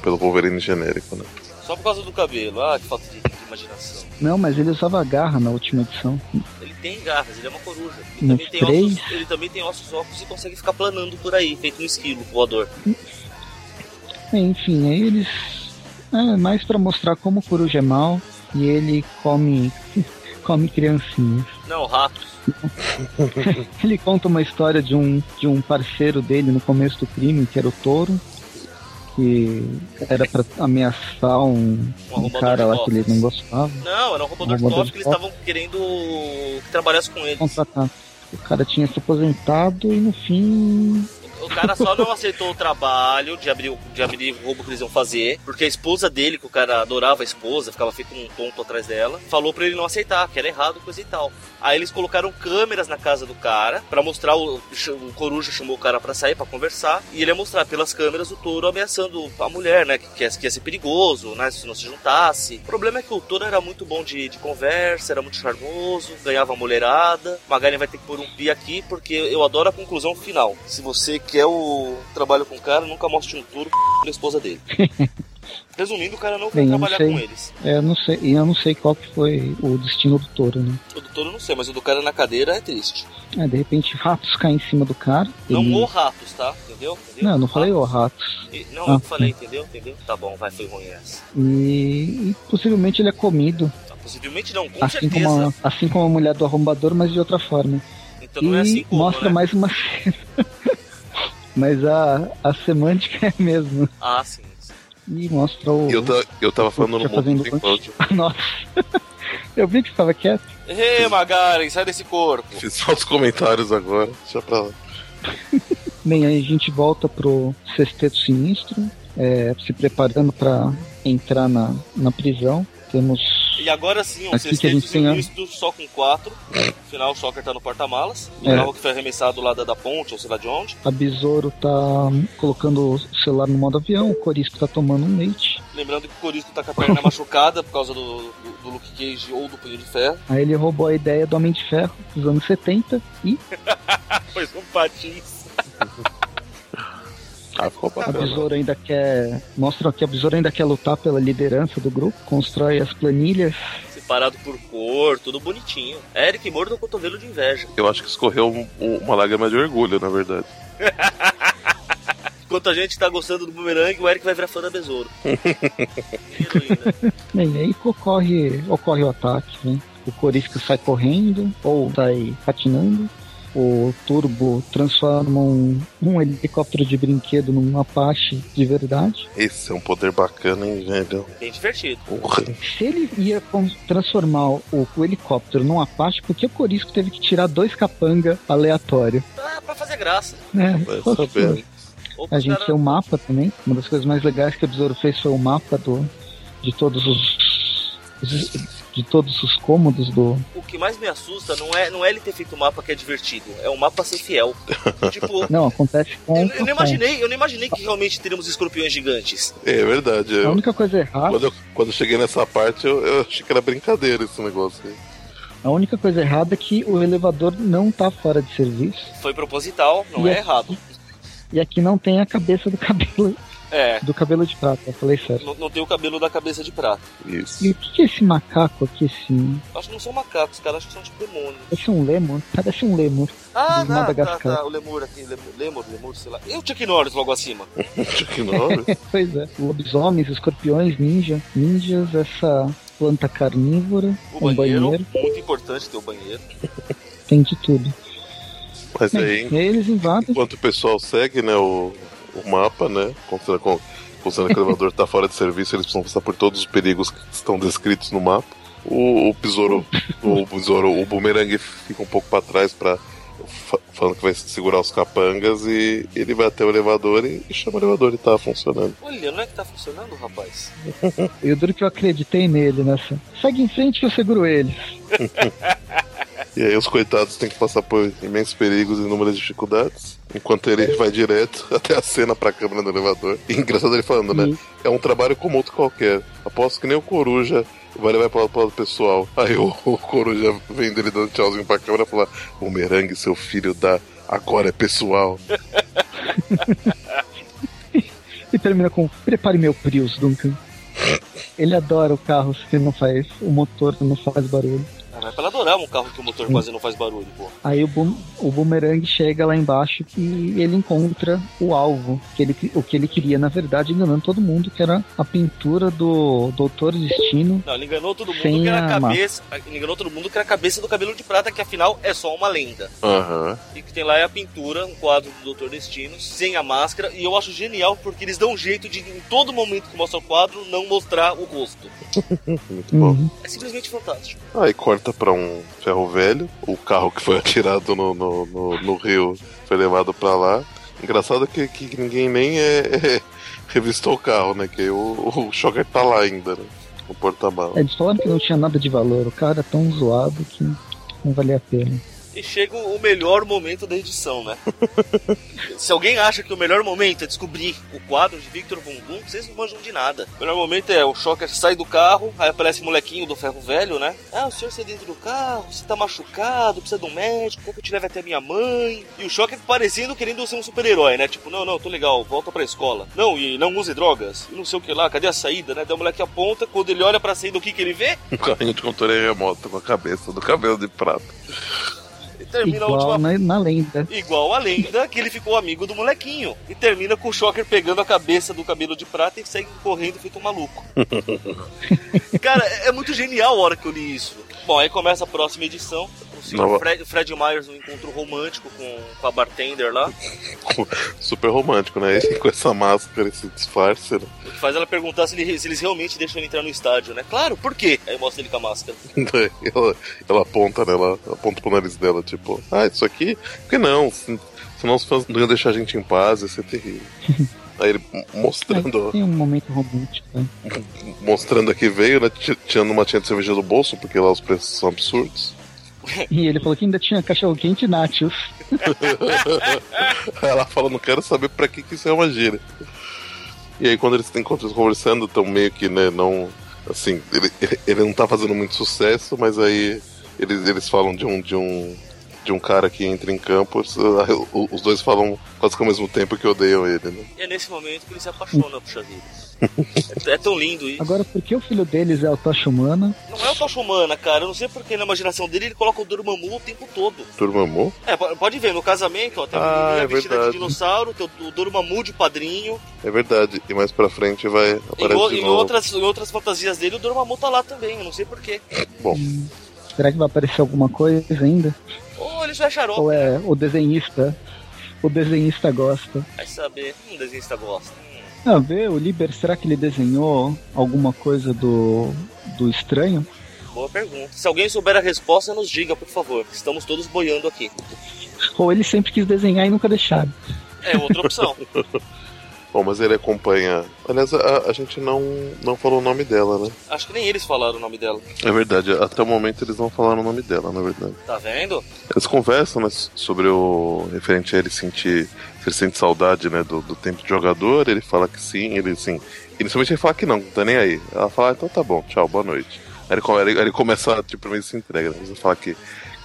S3: Pelo Wolverine genérico, né?
S4: Só por causa do cabelo. Ah, que falta de, de imaginação.
S2: Não, mas ele usava garra na última edição.
S4: Ele tem garras, ele é uma coruja. Ele,
S2: Nos
S4: também tem,
S2: três?
S4: ossos, ele também tem ossos óculos e consegue ficar planando por aí, feito um esquilo voador.
S2: Enfim, aí eles. É mais pra mostrar como o coruja é mal e ele come. [laughs] come criancinhas.
S4: Não, ratos.
S2: Ele conta uma história de um, de um parceiro dele no começo do crime, que era o touro, que era pra ameaçar um,
S4: Um
S2: um
S4: arrombador
S2: cara
S4: de
S2: lá que ele não
S4: cofres.
S2: gostava,
S4: Não, era um roubador de
S2: Roubador
S4: cofres
S2: de
S4: que eles estavam querendo que trabalhasse com eles.
S2: contratar. O cara tinha se aposentado e no fim.
S4: O cara só não aceitou o trabalho de abrir, o- de abrir o roubo que eles iam fazer, porque a esposa dele, que o cara adorava a esposa, ficava feito um tonto atrás dela, falou pra ele não aceitar, que era errado, coisa e tal. Aí eles colocaram câmeras na casa do cara pra mostrar o, o coruja chamou o cara pra sair pra conversar e ele ia mostrar pelas câmeras o touro ameaçando a mulher, né, que, que, ia, que ia ser perigoso, né, se não se juntasse. O problema é que o touro era muito bom de, de conversa, era muito charmoso, ganhava a mulherada. Magali vai ter que pôr um pi aqui porque eu adoro a conclusão final. Se você quer o trabalho com o cara, nunca mostre um touro da esposa dele.
S2: [laughs]
S4: Resumindo, o cara não quer
S2: Bem, não
S4: trabalhar
S2: sei.
S4: com eles.
S2: é, eu não sei, e eu não sei qual que foi o destino do touro, né?
S4: O do touro eu não sei, mas o do cara na cadeira é triste.
S2: É, de repente ratos caem em cima do cara.
S4: Não
S2: ele...
S4: o ratos, tá? Entendeu? Entendeu? Tá?
S2: Não, eu não falei o ratos.
S4: E- Não,
S2: Ah,
S4: eu falei, entendeu? Entendeu? Tá bom, vai, foi ruim essa.
S2: E, e possivelmente ele é comido,
S4: Tá, possivelmente não, com
S2: assim
S4: certeza.
S2: como, a, assim como a mulher do arrombador, mas de outra forma.
S4: Então não é assim como,
S2: mostra
S4: né?
S2: mais uma [laughs] cena. Mas a, a semântica é a mesma.
S4: Ah, sim. sim.
S2: E mostra o.
S3: E eu,
S2: [laughs]
S3: ta- eu tava falando no
S2: Já
S3: mundo
S2: Uhum. fazendo
S3: sem
S2: punch?
S3: cláudio.
S2: Nossa. Eu vi que estava quieto.
S4: Ei, Magaren, sai desse corpo.
S3: [laughs] Fiz só os comentários agora, deixa pra lá.
S2: Bem, aí a gente volta pro Sexteto Sinistro, é, se preparando para entrar na, na prisão. Temos.
S4: E agora sim, um
S2: Aqui que a
S4: sexteto
S2: gente tem, né?
S4: sinistro só com quatro. No final, o Shocker tá no porta-malas. O
S2: É.
S4: carro que foi arremessado lá da, da ponte, ou sei lá de onde.
S2: A Besouro tá colocando o celular no modo avião, o Corisco tá tomando um leite.
S4: Lembrando que o Corisco tá com a
S2: [laughs]
S4: perna machucada por causa do, do, do Luke Cage ou do Punho de Ferro.
S2: Aí ele roubou a ideia do Homem de Ferro dos anos 70 e
S4: Pois um patins.
S3: Ah, ficou
S2: A
S3: bacana.
S2: Besouro ainda quer. Mostra que a Besouro ainda quer lutar pela liderança do grupo, constrói as planilhas.
S4: Separado por cor, tudo bonitinho. Eric morto o cotovelo de inveja.
S3: Eu acho que escorreu um- um- uma lágrima de orgulho, na verdade.
S4: Enquanto a gente tá gostando do bumerangue, o Eric vai virar fã
S2: [laughs]
S4: da besouro. Heroína.
S2: Bem, É, aí que ocorre, ocorre o ataque, né? O Corisco sai correndo ou sai patinando. O Turbo transforma um, um helicóptero de brinquedo num Apache de verdade.
S3: Esse é um poder bacana, hein, velho?
S4: É Bem divertido.
S3: Porra.
S2: Se ele ia con- transformar o, o helicóptero num Apache, por que o Corisco teve que tirar dois capanga aleatório?
S4: Ah, pra fazer graça.
S2: É,
S3: Vai
S2: pô,
S3: saber.
S2: pô.
S4: Ou
S2: A
S4: pros
S2: gente
S4: cara-
S2: tem o mapa também. Uma das coisas mais legais que o Besouro fez foi o mapa do, de todos os. De todos os cômodos do.
S4: O que mais me assusta não é, não é ele ter feito um mapa que é divertido, é um mapa ser
S2: [laughs]
S4: fiel. tipo,
S2: Não, acontece com.
S4: eu, eu não
S2: com-
S4: imaginei, eu não imaginei que realmente teríamos escorpiões gigantes.
S3: É, é verdade.
S2: A
S3: eu-
S2: única coisa errada,
S3: quando, eu, quando eu cheguei nessa parte, eu, eu achei que era brincadeira esse negócio aí.
S2: a única coisa errada é que o elevador não tá fora de serviço.
S4: Foi proposital, não é
S2: E-
S4: errado.
S2: E aqui não tem a cabeça do cabelo
S4: É,
S2: do cabelo de prata, eu falei sério.
S4: não, não tem o cabelo da cabeça de prata.
S3: Isso. [laughs]
S2: E o que que é esse macaco aqui, esse.
S4: Acho que não são macacos, cara, acho que são tipo demônios.
S2: Parece um lemur? Parece um lemur.
S4: Ah,
S2: De
S4: tá, tá,
S2: Madagascar.
S4: tá, o lemur aqui, lemur, lemur, lemur, sei lá. E o Chuck Norris logo acima?
S3: Chuck Norris.
S2: Pois é. Lobisomens, escorpiões, ninja, ninjas, essa planta carnívora,
S4: O
S2: um
S4: banheiro,
S2: banheiro,
S4: muito importante ter o banheiro.
S2: tem de tudo.
S3: Mas aí,
S2: Bem, e aí eles invadem.
S3: enquanto o pessoal segue, né, o, o mapa, né? Considerando, con- considerando que o elevador tá fora de serviço, eles precisam passar por todos os perigos que estão descritos no mapa. O, o besouro, o besouro, o bumerangue fica um pouco pra trás pra. fa- Falando que vai segurar os capangas e ele vai até o elevador e e chama o elevador e tá funcionando.
S4: Olha, não é que tá funcionando, rapaz?
S2: Eu duro que eu acreditei nele nessa. Segue em frente que eu seguro eles.
S3: E aí os coitados têm que passar por imensos perigos e inúmeras dificuldades. Enquanto ele vai direto [laughs] até a cena pra câmera do elevador. E engraçado ele falando, né?
S2: Uhum.
S3: É um trabalho como outro qualquer. Aposto que nem o Coruja vai levar pro lado pessoal. Aí o, o Coruja vem dele dando tchauzinho pra câmera e fala: O merangue, seu filho da. Agora é pessoal.
S2: E termina com: prepare meu Prius, Duncan. Ele adora o carro se ele não faz, o motor não faz barulho.
S4: Ah, mas pra ela adorar um carro que o motor quase não faz barulho, pô.
S2: Aí o, boom, o boomerang chega lá embaixo e ele encontra o alvo, que ele, o que ele queria, na verdade, enganando todo mundo, que era a pintura do Doutor Destino.
S4: Não, ele enganou todo mundo
S2: Sem
S4: que era a
S2: a massa.
S4: cabeça. Ele enganou todo mundo que era a cabeça do cabelo de prata, que afinal é só uma lenda.
S3: Aham.
S4: E o que tem lá é a pintura, um quadro do Doutor Destino, sem a máscara, e eu acho genial porque eles dão um jeito de, em todo momento que mostra o quadro, não mostrar o rosto.
S3: Muito bom.
S2: Uhum.
S4: É simplesmente fantástico.
S3: Aí corta pra um ferro velho. O carro que foi [laughs] atirado no, no, no- no rio foi levado pra lá. Engraçado que, que ninguém nem é, é, revistou o carro, né? Que o, o Shocker tá lá ainda, né? No [laughs] porta-malas.
S2: Eles falaram que não tinha nada de valor, o cara é tão zoado que não valia a pena.
S4: E chega o melhor momento da edição, né? Se alguém acha que o melhor momento é descobrir o quadro de Victor Von Doom, vocês não manjam de nada. O melhor momento é o Shocker sai do carro, aí aparece o molequinho do ferro velho, né? Ah, o senhor está dentro do carro, você tá machucado, precisa de um médico, como que eu te leve até minha mãe? E o Shocker parecendo querendo ser um super-herói, né? Tipo, não, não, tô legal, volta pra escola. Não, e não use drogas, e não sei o que lá, cadê a saída, né? Daí o moleque aponta, quando ele olha pra saída, o que que ele vê?
S3: Um carrinho de controle remoto com a cabeça do cabelo de prata.
S4: E termina a última
S2: Igual na, na lenda.
S4: Igual a lenda que ele ficou amigo do molequinho. E termina com o Shocker pegando a cabeça do cabelo de prata e segue correndo feito um maluco. Cara, é muito genial a hora que eu li isso. Bom, aí começa a próxima edição. O senhor
S3: Não.
S4: Fred, Fred Myers, um encontro romântico com, com a bartender lá.
S3: Super romântico, né? Ele com essa máscara, esse disfarce, né?
S4: O que faz ela perguntar se, ele- se eles realmente deixam ele entrar no estádio, né? Claro, por quê? Aí mostra ele com a máscara. [laughs]
S3: Daí [laughs] Ela, ela aponta, né? Ela aponta pro nariz dela, tipo, ah, isso aqui? Por que não? Se- Senão os fãs não iam deixar a gente em paz, ia ser terrível. Aí ele m- mostrando,
S2: Tem um momento romântico. né?
S3: mostrando a que veio, né? ti- Tirando uma tinta de cerveja do bolso, porque lá os preços são absurdos.
S2: E ele falou que ainda tinha cachorro-quente e Natius.
S3: Aí ela fala, não quero saber pra que, que isso é uma gíria. E aí quando eles se encontram eles conversando, estão meio que, né, não. Assim, ele, ele- ele não tá fazendo muito sucesso, mas aí eles, eles falam de um. De um de um cara que entra em campo, os- o- os dois falam quase que ao mesmo tempo que odeiam ele, né?
S4: E é nesse momento que ele se apaixona, puxa vida. É, é tão lindo isso.
S2: Agora, por que o filho deles é o Tocha Humana?
S4: Não é o Tocha Humana, cara. Eu não sei porque na imaginação dele ele coloca o Dormammu o tempo todo.
S3: Dormammu?
S4: É, po- pode ver, no casamento, ó, tem a
S3: Ah,
S4: menininha
S3: é
S4: vestida
S3: verdade.
S4: de dinossauro, tem o o Dormammu de padrinho.
S3: É verdade. E mais pra frente vai
S4: Em,
S3: aparecer
S4: o-
S3: de
S4: em
S3: novo.
S4: outras, em outras fantasias dele, o Dormammu tá lá também, eu não sei porquê.
S2: Será que vai aparecer alguma coisa ainda?
S4: Ou ele só é xarope,
S2: Ou é o desenhista? O desenhista gosta.
S4: vai saber. Hum, desenhista gosta. Hum.
S2: Ah, vê, o Liber, será que ele desenhou alguma coisa do, do estranho?
S4: Hum, Boa pergunta. Se alguém souber a resposta, nos diga, por favor. Estamos todos boiando aqui.
S2: Ou ele sempre quis desenhar e nunca deixaram.
S4: É
S3: [laughs]
S4: outra opção.
S3: Bom, mas ele acompanha. Aliás, a, a gente não, não falou o nome dela, né?
S4: Acho que nem eles falaram o nome dela.
S3: É verdade, até o momento eles não falaram o nome dela, na verdade.
S4: Tá vendo?
S3: Eles conversam né, sobre o. referente a ele sentir. Se ele sente saudade, né, do, do tempo de jogador. Ele fala que sim, ele sim. Inicialmente ele fala que não, não tá nem aí. Ela fala, ah, então tá bom, tchau, boa noite. Aí ele, come- ele, ele começa, tipo, meio que se entrega. Né? Ele fala que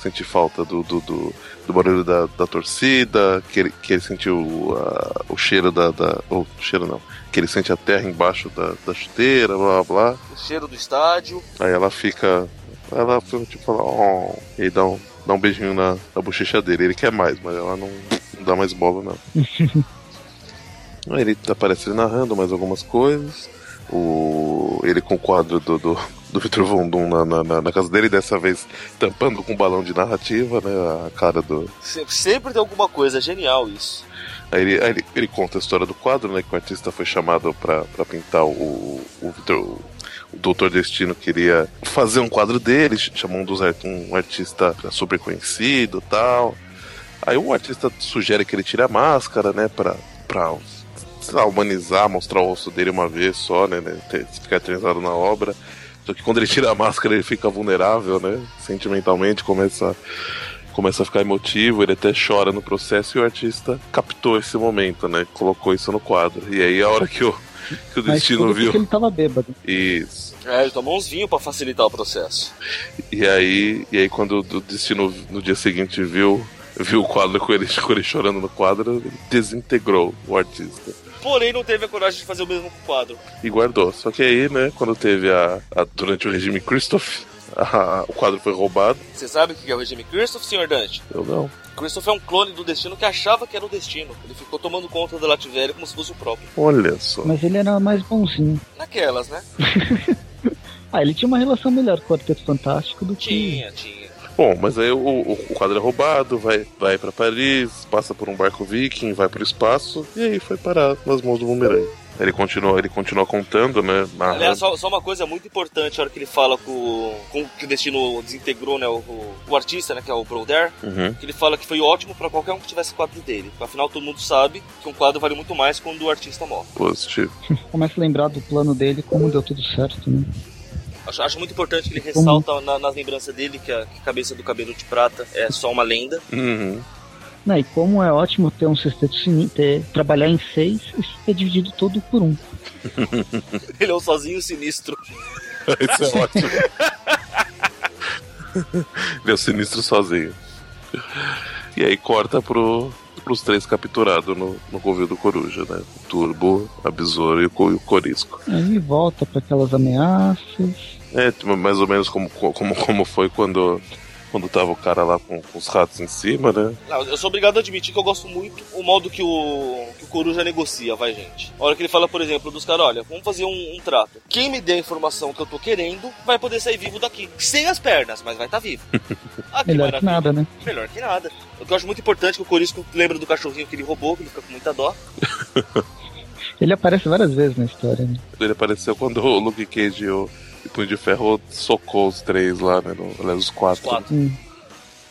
S3: sente falta do, do, do, do barulho da, da torcida, que ele, que ele sentiu ah, o cheiro da. da ou, cheiro não. Que ele sente a terra embaixo da, da chuteira, blá blá blá.
S4: O cheiro do estádio.
S3: Aí ela fica. Ela fica tipo fala, oh, e dá um, dá um beijinho na, na bochecha dele. Ele quer mais, mas ela não, não dá mais bola, não. Aí ele aparece ele narrando mais algumas coisas. O, ele com o quadro do, do, do Vitor Vondum na, na, na- na casa dele, dessa vez tampando com um balão de narrativa, né? A cara do.
S4: Se- Sempre tem alguma coisa, é genial isso.
S3: Aí ele, aí ele, ele conta a história do quadro, né? Que o artista foi chamado pra, pra pintar o, o Vitor. O Doutor Destino queria fazer um quadro dele, ch- chamou um, dos, art- um artista super conhecido tal. Aí um artista sugere que ele tire a máscara, né? Pra, pra sei lá, humanizar, mostrar o rosto dele uma vez só, né? né ter- ficar eternizado na obra. Só que quando ele tira a máscara, ele fica vulnerável, né? Sentimentalmente, começa começa a ficar emotivo, ele até chora no processo e o artista captou esse momento, né? Colocou isso no quadro. E aí a hora que o, que o
S2: Mas
S3: destino
S2: tudo
S3: viu.
S2: porque ele tava bêbado.
S3: Isso.
S4: É, ele tomou uns vinhos pra facilitar o processo.
S3: E aí, e aí quando o destino no dia seguinte viu, viu o quadro com ele, com ele chorando no quadro, ele desintegrou o artista.
S4: Porém, não teve a coragem de fazer o mesmo com o quadro.
S3: E guardou. Só que aí, né, quando teve a. a- durante o regime Christoph, [laughs] a- o quadro foi roubado.
S4: Você sabe o que é o regime Christoph, senhor Dante?
S3: Eu não.
S4: Christoph é um clone do destino que achava que era o destino. Ele ficou tomando conta da Lativéria como se fosse o próprio.
S3: Olha só.
S2: Mas ele era mais bonzinho.
S4: Naquelas, né?
S2: Ah, ele tinha uma relação melhor com o Quarteto Fantástico do que.
S4: Tinha, tinha.
S3: Bom, mas aí o, o, o quadro é roubado, vai, vai para Paris, passa por um barco viking, vai para o espaço, e aí foi parar nas mãos do bumerangue. Ele continua, ele continua contando, né? narrando.
S4: Aliás, só, só uma coisa muito importante, a hora que ele fala com, com que o destino desintegrou, né? O, o, o artista, né? Que é o Broder,
S3: Uhum.
S4: que ele fala que foi ótimo pra qualquer um que tivesse quadro dele. Afinal, todo mundo sabe que um quadro vale muito mais quando o artista morre.
S3: Positivo.
S2: Começa a lembrar do plano dele, como deu tudo certo, né?
S4: Acho, acho muito importante que ele ressalta na, na lembrança dele que a, que a cabeça do cabelo de prata é só uma lenda. [laughs]
S3: Uhum.
S2: Né, e como é ótimo ter um sexteto sininho, ter, trabalhar em seis e ser dividido todo por um.
S4: Ele é um sozinho sinistro.
S3: Isso é ótimo. ele é o sinistro sozinho. E aí corta pro, pros três capturados no, no covil do coruja, né? O Turbo, a Besoura e o, co- e o Corisco.
S2: Aí volta para aquelas ameaças.
S3: É, tipo, mais ou menos como, como, como foi quando, quando tava o cara lá com, com os ratos em cima, né?
S4: Não, eu sou obrigado a admitir que eu gosto muito o modo que o, que o Coruja negocia, vai, gente. A hora que ele fala, por exemplo, dos caras, olha, vamos fazer um, um trato. Quem me der a informação que eu tô querendo vai poder sair vivo daqui. Sem as pernas, mas vai
S2: [laughs]
S4: estar vivo. Ah, que
S2: Melhor que
S4: maravilha.
S2: nada, né?
S4: Melhor que nada. O que eu acho muito importante é que o Corisco lembra do cachorrinho que ele roubou, que ele fica com muita dó.
S2: Tá Ele aparece várias vezes na história, né?
S3: Ele apareceu quando o Luke Cage e o e o Punho de Ferro socou os três lá, né? No, aliás, os
S4: Os
S3: quatro.
S4: quatro. Hum,
S2: Hum.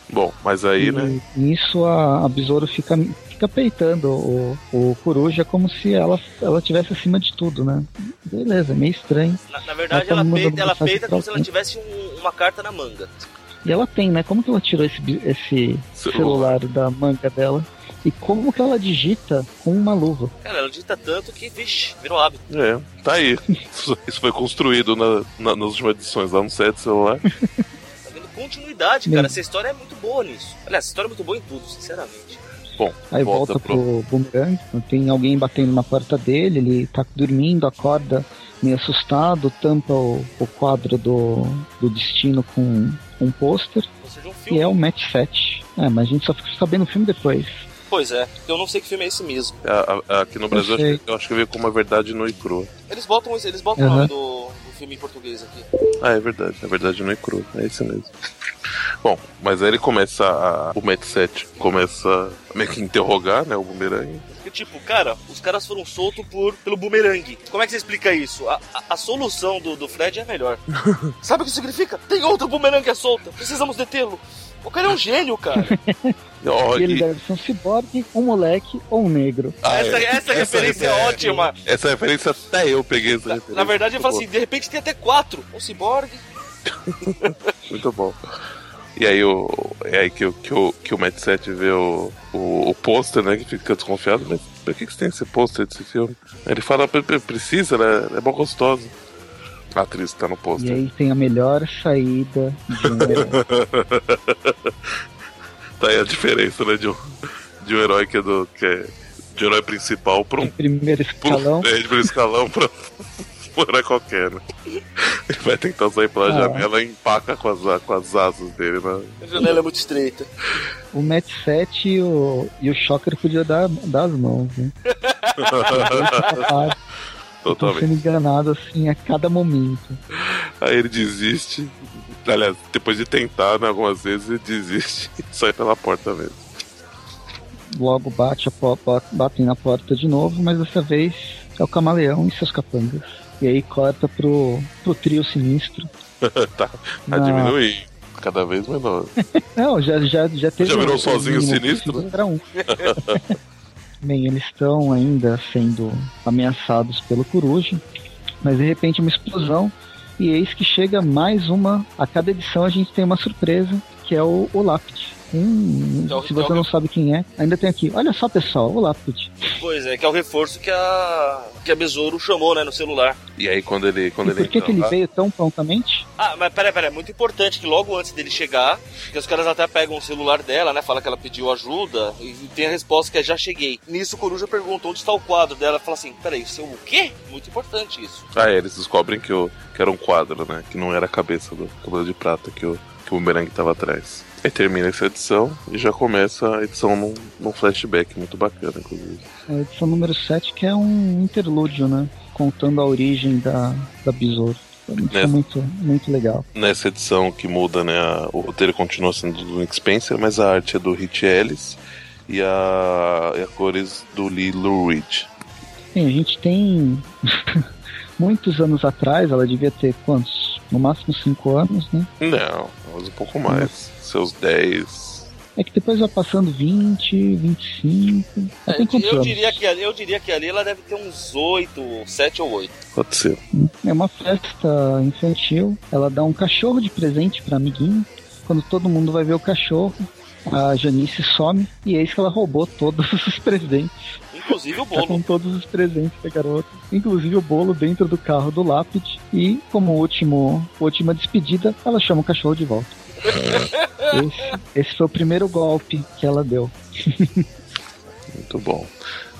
S3: Bom, mas aí,
S2: E
S3: né?
S2: nisso a, a Besouro fica, fica peitando o, o Coruja como se ela, ela tivesse acima de tudo, né? Beleza, meio estranho.
S4: Na, na verdade,
S2: Mas Tá todo
S4: ela
S2: mundo
S4: peida, ela
S2: faz
S4: peida como se ela
S2: troca.
S4: tivesse um- uma carta na manga.
S2: E ela tem, né? Como que ela tirou esse, bi- esse celular da manga dela? E como que ela digita com uma luva?
S4: Cara, ela digita tanto que, vixe, virou hábito.
S3: É, tá aí. [laughs] Isso- Isso foi construído na, na- nas últimas edições, lá no set do celular.
S4: Tá vendo continuidade,
S2: Meu.
S4: cara. Essa história é muito boa nisso. Aliás, essa história é muito boa em tudo, sinceramente.
S3: Bom,
S2: Aí
S3: volta,
S2: volta, pro bumerangue, tem alguém batendo na porta dele, ele tá dormindo, acorda meio assustado, tampa o, o quadro do, do destino com um pôster,
S4: Ou seja, um
S2: e
S4: filme.
S2: é o Match Set. É, mas a gente só fica sabendo o filme depois.
S4: Pois é, eu não sei que filme é esse mesmo.
S3: A- a- aqui no Brasil,
S2: sei.
S3: acho que- eu acho que veio com uma verdade nua e crua.
S4: Eles botam, esse- eles botam o
S2: Aham.
S4: nome do, do filme em português aqui.
S3: Ah, é verdade. É verdade nua e crua. É isso mesmo. Bom, mas aí ele começa a. O Matt 7 começa a meio que interrogar, né? O Boomerang.
S4: Porque, tipo, cara, os caras foram soltos por, pelo bumerangue. Como é que você explica isso? A, a, a solução do, do Fred é a [laughs] melhor. Sabe o que isso significa? Tem outro bumerangue à solta. Precisamos detê-lo. O cara é [laughs] um gênio, cara.
S3: E, ó,
S2: E ele
S3: e-
S2: deve ser um ciborgue, um moleque ou um negro.
S3: Ah,
S4: essa,
S3: é.
S4: essa referência é ótima.
S3: Essa referência até eu peguei essa referência.
S4: Na verdade, eu
S3: Muito
S4: falo assim, de repente tem até quatro. Um ciborgue.
S3: bom, Muito bom. E aí, o, é aí que, o- que, o, que o Matt 7 vê o, o, o pôster, né? Que fica desconfiado. Mas pra que, que você tem esse pôster desse filme? Aí Ele fala, "Pre- pre- precisa, né? É bom gostoso. A atriz que tá no
S2: E
S3: pôster.
S2: aí tem a melhor saída de
S3: [laughs]
S2: um herói.
S3: Tá aí a diferença, né? De um, de um herói que é do. Que é, de um herói principal pra um
S2: primeiro
S3: Pro-
S2: escalão.
S3: É, de pro escalão pra morar qualquer, né? Ele vai tentar sair pela
S2: Ah.
S3: janela e empaca com as, a- com as asas dele, né? [laughs]
S4: A janela é muito estreita.
S2: O Match 7 e o, e o Shocker podiam dar, dar as mãos,
S3: [laughs]
S2: né? Capaz, Estão
S3: Totalmente.
S2: sendo enganados assim a cada momento.
S3: Aí ele desiste. Aliás, depois de tentar, né, algumas vezes, ele desiste e sai pela porta mesmo.
S2: Logo bate a po- po- batem na porta de novo, mas dessa vez é o camaleão e seus capangas. E aí corta pro, pro trio sinistro.
S3: [laughs] tá, tá
S2: Na-
S3: diminuindo. Cada vez menor.
S2: Não, já, já, já teve.
S3: Já virou
S2: um-
S3: sozinho
S2: um- um-
S3: sinistro, né?
S2: um- um- [laughs] um- Bem, eles estão ainda sendo ameaçados pelo coruja, mas de repente uma explosão. E eis que chega mais uma. A cada edição a gente tem uma surpresa, que é o, o Lápide. Hum,
S4: Que é o-
S2: se
S4: que é
S2: você
S4: o-
S2: não sabe quem é, ainda tem aqui. Olha só, pessoal, o Lápide.
S4: Pois é, que é o reforço que a. que a Besouro chamou, né, no celular.
S3: E aí quando ele. Quando
S2: E
S3: ele
S2: por que,
S3: entra
S2: que ele
S3: lá-
S2: veio tão prontamente?
S4: Ah, mas peraí, peraí, é muito importante que logo antes dele chegar, que os caras até pegam o celular dela, né? Fala que ela pediu ajuda e tem a resposta que é já cheguei. Nisso o Coruja pergunta onde está o quadro dela. Ela Fala assim, peraí, seu o quê? Muito importante isso.
S3: Ah, é, eles descobrem que, o, que era um quadro, né? Que não era a cabeça do cabelo de prata que o, que o Boomerang tava atrás. Aí termina essa edição e já começa a edição num, num flashback muito bacana, inclusive.
S2: É a edição número 7, que é um interlúdio, né? Contando a origem da, da Besouro. Isso é
S3: Nessa-
S2: muito, muito legal.
S3: Nessa edição que muda, né? a- o roteiro continua sendo do Nick Spencer, mas a arte é do Rich Ellis e a, e a cores do Lee Lurid.
S2: Sim, a gente tem [laughs] muitos anos atrás, ela devia ter quantos? No máximo cinco anos, né?
S3: Não, mas um pouco mais. Seus 10.
S2: É que depois vai passando 20, 25. Ela tem quantos
S4: É, eu,
S2: anos?
S4: diria que, ali- eu diria que ali ela deve ter uns oito, sete ou oito.
S3: Pode ser.
S2: É uma festa infantil. Ela dá um cachorro de presente pra amiguinho. Quando todo mundo vai ver o cachorro, a Janice some e eis que ela roubou todos [laughs] os presentes.
S4: Inclusive o
S2: Tá [laughs]
S4: bolo.
S2: com todos os presentes da garota, inclusive o bolo dentro do carro do lápide. E como último, última despedida, ela chama o cachorro de volta. esse, esse foi o primeiro golpe que ela deu.
S3: Muito bom.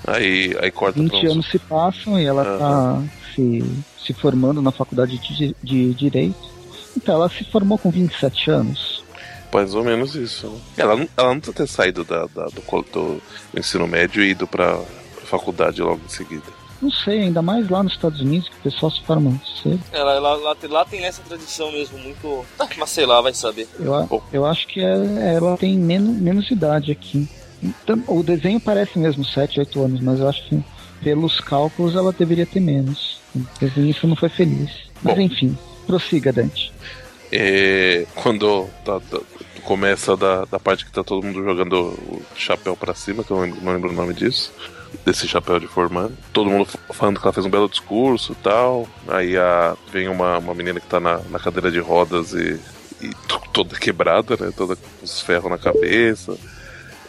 S3: Aí, aí corta pra
S2: 20
S3: uns
S2: anos se passam e ela tá se, se formando na faculdade de, di- de Direito. Então ela se formou com 27 anos.
S3: Mais ou menos isso. né? Ela, não- ela não precisa ter saído da, da- do, co- do ensino médio e ido pra faculdade logo em seguida.
S2: Não sei, ainda mais lá nos Estados Unidos que o pessoal se forma cedo.
S4: Ela, ela- lá, tem- lá tem essa tradição mesmo, muito. Ah, mas sei lá, vai saber.
S2: Eu, a-
S3: Bom.
S2: eu acho que é- ela tem menos, menos idade aqui. Então, o desenho parece mesmo 7, 8 anos, mas eu acho que pelos cálculos ela deveria ter menos. O desenhista não foi feliz. Mas
S3: Bom.
S2: enfim, prossiga, Dante.
S3: É, quando tá- tá- começa da, da parte que tá todo mundo jogando o chapéu pra cima, que eu não lembro, não lembro o nome disso, desse chapéu de formando. Todo mundo f- falando que ela fez um belo discurso e tal. Aí a- vem uma, uma menina que tá na, na cadeira de rodas e, e to- toda quebrada, né? Toda com os ferros na cabeça.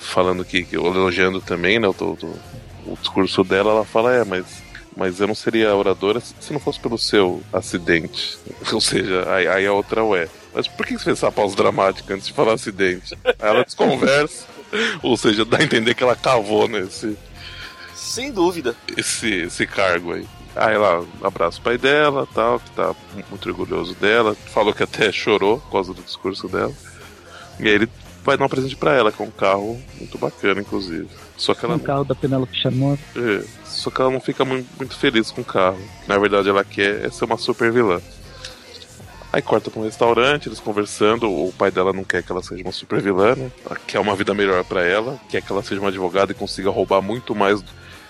S3: Falando que, que elogiando também, né? O, o- o discurso dela, ela fala, é, mas. Mas eu não seria oradora se se não fosse pelo seu acidente. [laughs] Ou seja, aí, aí a outra ué. Mas por que você fez essa pausa dramática antes de falar acidente? Aí ela desconversa. Ou seja, dá a entender que ela cavou nesse
S4: Sem dúvida.
S3: esse, esse cargo aí. Aí ela abraça o pai dela, tal, que tá muito orgulhoso dela. Falou que até chorou por causa do discurso dela. E aí ele vai dar um presente pra ela, que é um carro muito bacana, inclusive. Só que ela
S2: O
S3: não
S2: Um carro da Penélope Charmosa.
S3: é, só que ela não fica mu- muito, feliz com o carro. Na verdade, ela quer é ser uma super vilã. Aí corta pra um restaurante, eles conversando. O pai dela não quer que ela seja uma super vilã, né? Ela quer uma vida melhor para ela, quer que ela seja uma advogada e consiga roubar muito mais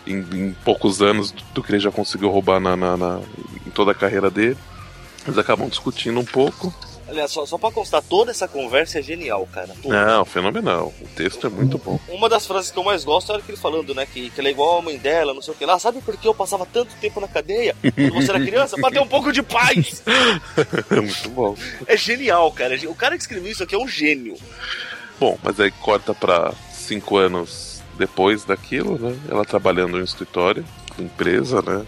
S3: em, em poucos anos do, do que ele já conseguiu roubar na, na- na- em toda a carreira dele. Eles acabam discutindo um pouco.
S4: Aliás, só, só pra constar, toda essa conversa é genial, cara. Toda.
S3: Não, fenomenal. O texto é muito bom. [laughs]
S4: Uma das frases que eu mais gosto é a hora que ele falando, né? Que, que ela é igual a mãe dela, não sei o que lá. Sabe por que eu passava tanto tempo na cadeia quando você era criança? Pra ter um pouco de paz!
S3: É muito bom.
S4: É genial, cara. O cara que escreveu isso aqui é um gênio.
S3: Bom, mas aí corta pra cinco anos depois daquilo, né? Ela trabalhando em um escritório, em empresa, né?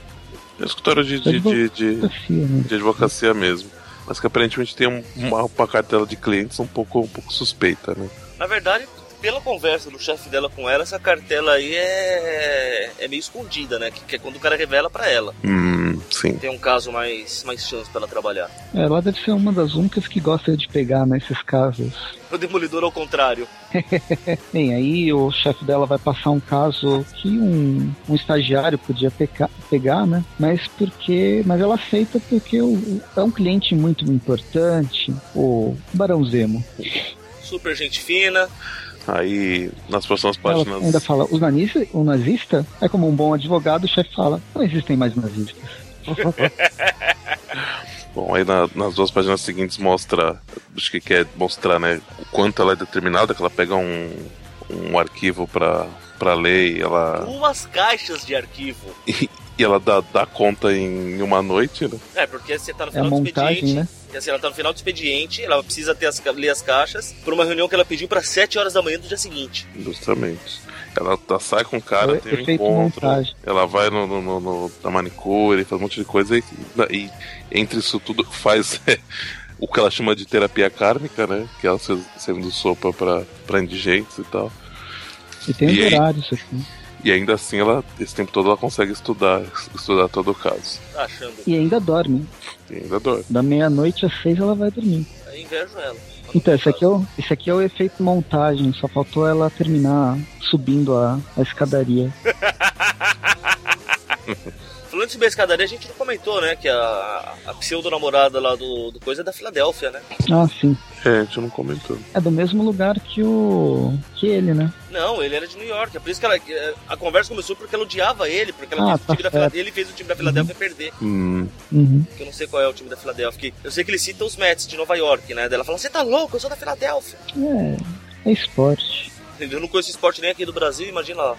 S3: Um escritório de, de, de, de-
S2: Assim, né?
S3: de advocacia mesmo. Mas que aparentemente tem um- uma, uma cartela de clientes um pouco, um pouco suspeita, né?
S4: Na verdade, pela conversa do chefe dela com ela, essa cartela aí é, é meio escondida, né? Que, que é quando o cara revela pra ela.
S3: Hum, sim.
S4: Tem um caso mais, mais chance pra ela trabalhar.
S2: Ela deve ser uma das únicas que gosta de pegar nesses casos.
S4: O demolidor ao contrário.
S2: Bem, aí o chefe dela vai passar um caso que um, um estagiário podia peca- pegar, né? Mas porque. Mas ela aceita porque o- o- é um cliente muito importante, o Barão Zemo.
S4: Super gente fina.
S3: Aí, nas próximas páginas.
S2: Ela ainda fala, os nazista, o nazista é como um bom advogado, o chefe fala, não existem mais nazistas.
S3: Bom, aí na- nas duas páginas seguintes mostra. Acho que quer mostrar, né? O quanto ela é determinada, que ela pega um, um arquivo pra, pra ler e
S2: Tá.
S3: ela,
S4: Duas caixas de arquivo.
S3: e ela dá, dá conta em uma noite, né?
S4: É, porque você tá no
S2: É a
S4: final do
S2: montagem,
S4: expediente.
S2: né?
S4: E assim, ela tá no final do expediente, ela precisa ter as, ca- ler as caixas por uma reunião que ela pediu pra 7 horas da manhã do dia seguinte.
S3: Justamente. Ela, tá- sai com o cara,
S2: É
S3: tem um
S2: efeito
S3: encontro.
S2: montagem.
S3: Ela vai no, no- no- no- na manicure, faz um monte de coisa e, e entre isso tudo faz [laughs] o que ela chama de terapia kármica, né? Que ela se- servindo sopa pra, pra indigentes e tal.
S2: E tem os
S3: E aí?
S2: horários aqui.
S3: E ainda assim, ela, esse tempo todo, ela consegue estudar, estudar todo o caso.
S4: Tá achando.
S2: E ainda dorme.
S3: E ainda dói.
S2: Da meia-noite às seis ela vai dormir.
S4: Aí invejo ela.
S2: Então, esse aqui, é o, esse aqui é o efeito montagem, só faltou ela terminar subindo a, a escadaria.
S4: Falando sobre a escadaria, a gente não comentou, né? Que a, a pseudo-namorada lá do, do coisa é da Filadélfia, né?
S2: Ah, sim.
S3: É, a gente não comentou.
S2: É do mesmo lugar que o. que ele, né?
S4: Não, ele era de New York. É por isso que ela, eh, a conversa começou porque ela odiava ele, porque ela
S2: Ah,
S4: fez o
S2: tá
S4: time da Fila- ele fez o time da Filadélfia perder.
S3: Hum,
S2: Uhum.
S4: Que eu não sei qual é o time da Filadélfia. que- Eu sei que ele cita os Mets de Nova York, né? Daí Ela fala: Você tá louco? Eu sou da Filadélfia.
S2: É. É esporte. [laughs]
S4: Eu não conheço esporte nem aqui do Brasil, imagina lá.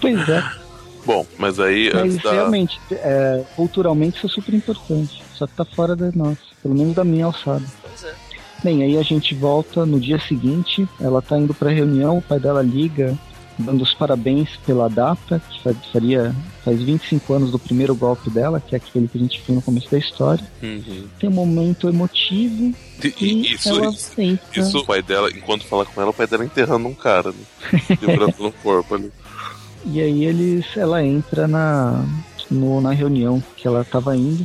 S2: Pois é.
S3: bom, mas aí
S2: Mas
S3: antes da.
S2: realmente, é, culturalmente isso é super importante. Só que tá fora da nossa. Pelo menos da minha alçada.
S4: Pois é.
S2: Bem, aí a gente volta no dia seguinte, ela tá indo pra reunião, o pai dela liga, dando os parabéns pela data, que fa- faria faz 25 anos do primeiro golpe dela, que é aquele que a gente viu no começo da história.
S3: Uhum.
S2: Tem um momento emotivo
S3: E-
S2: e
S3: e- isso,
S2: ela
S3: isso,
S2: aceita.
S3: isso, o pai dela, enquanto fala com ela, o pai dela enterrando um cara, né? Quebrando no corpo ali.
S2: E aí eles, ela entra na, no- na reunião que ela estava indo.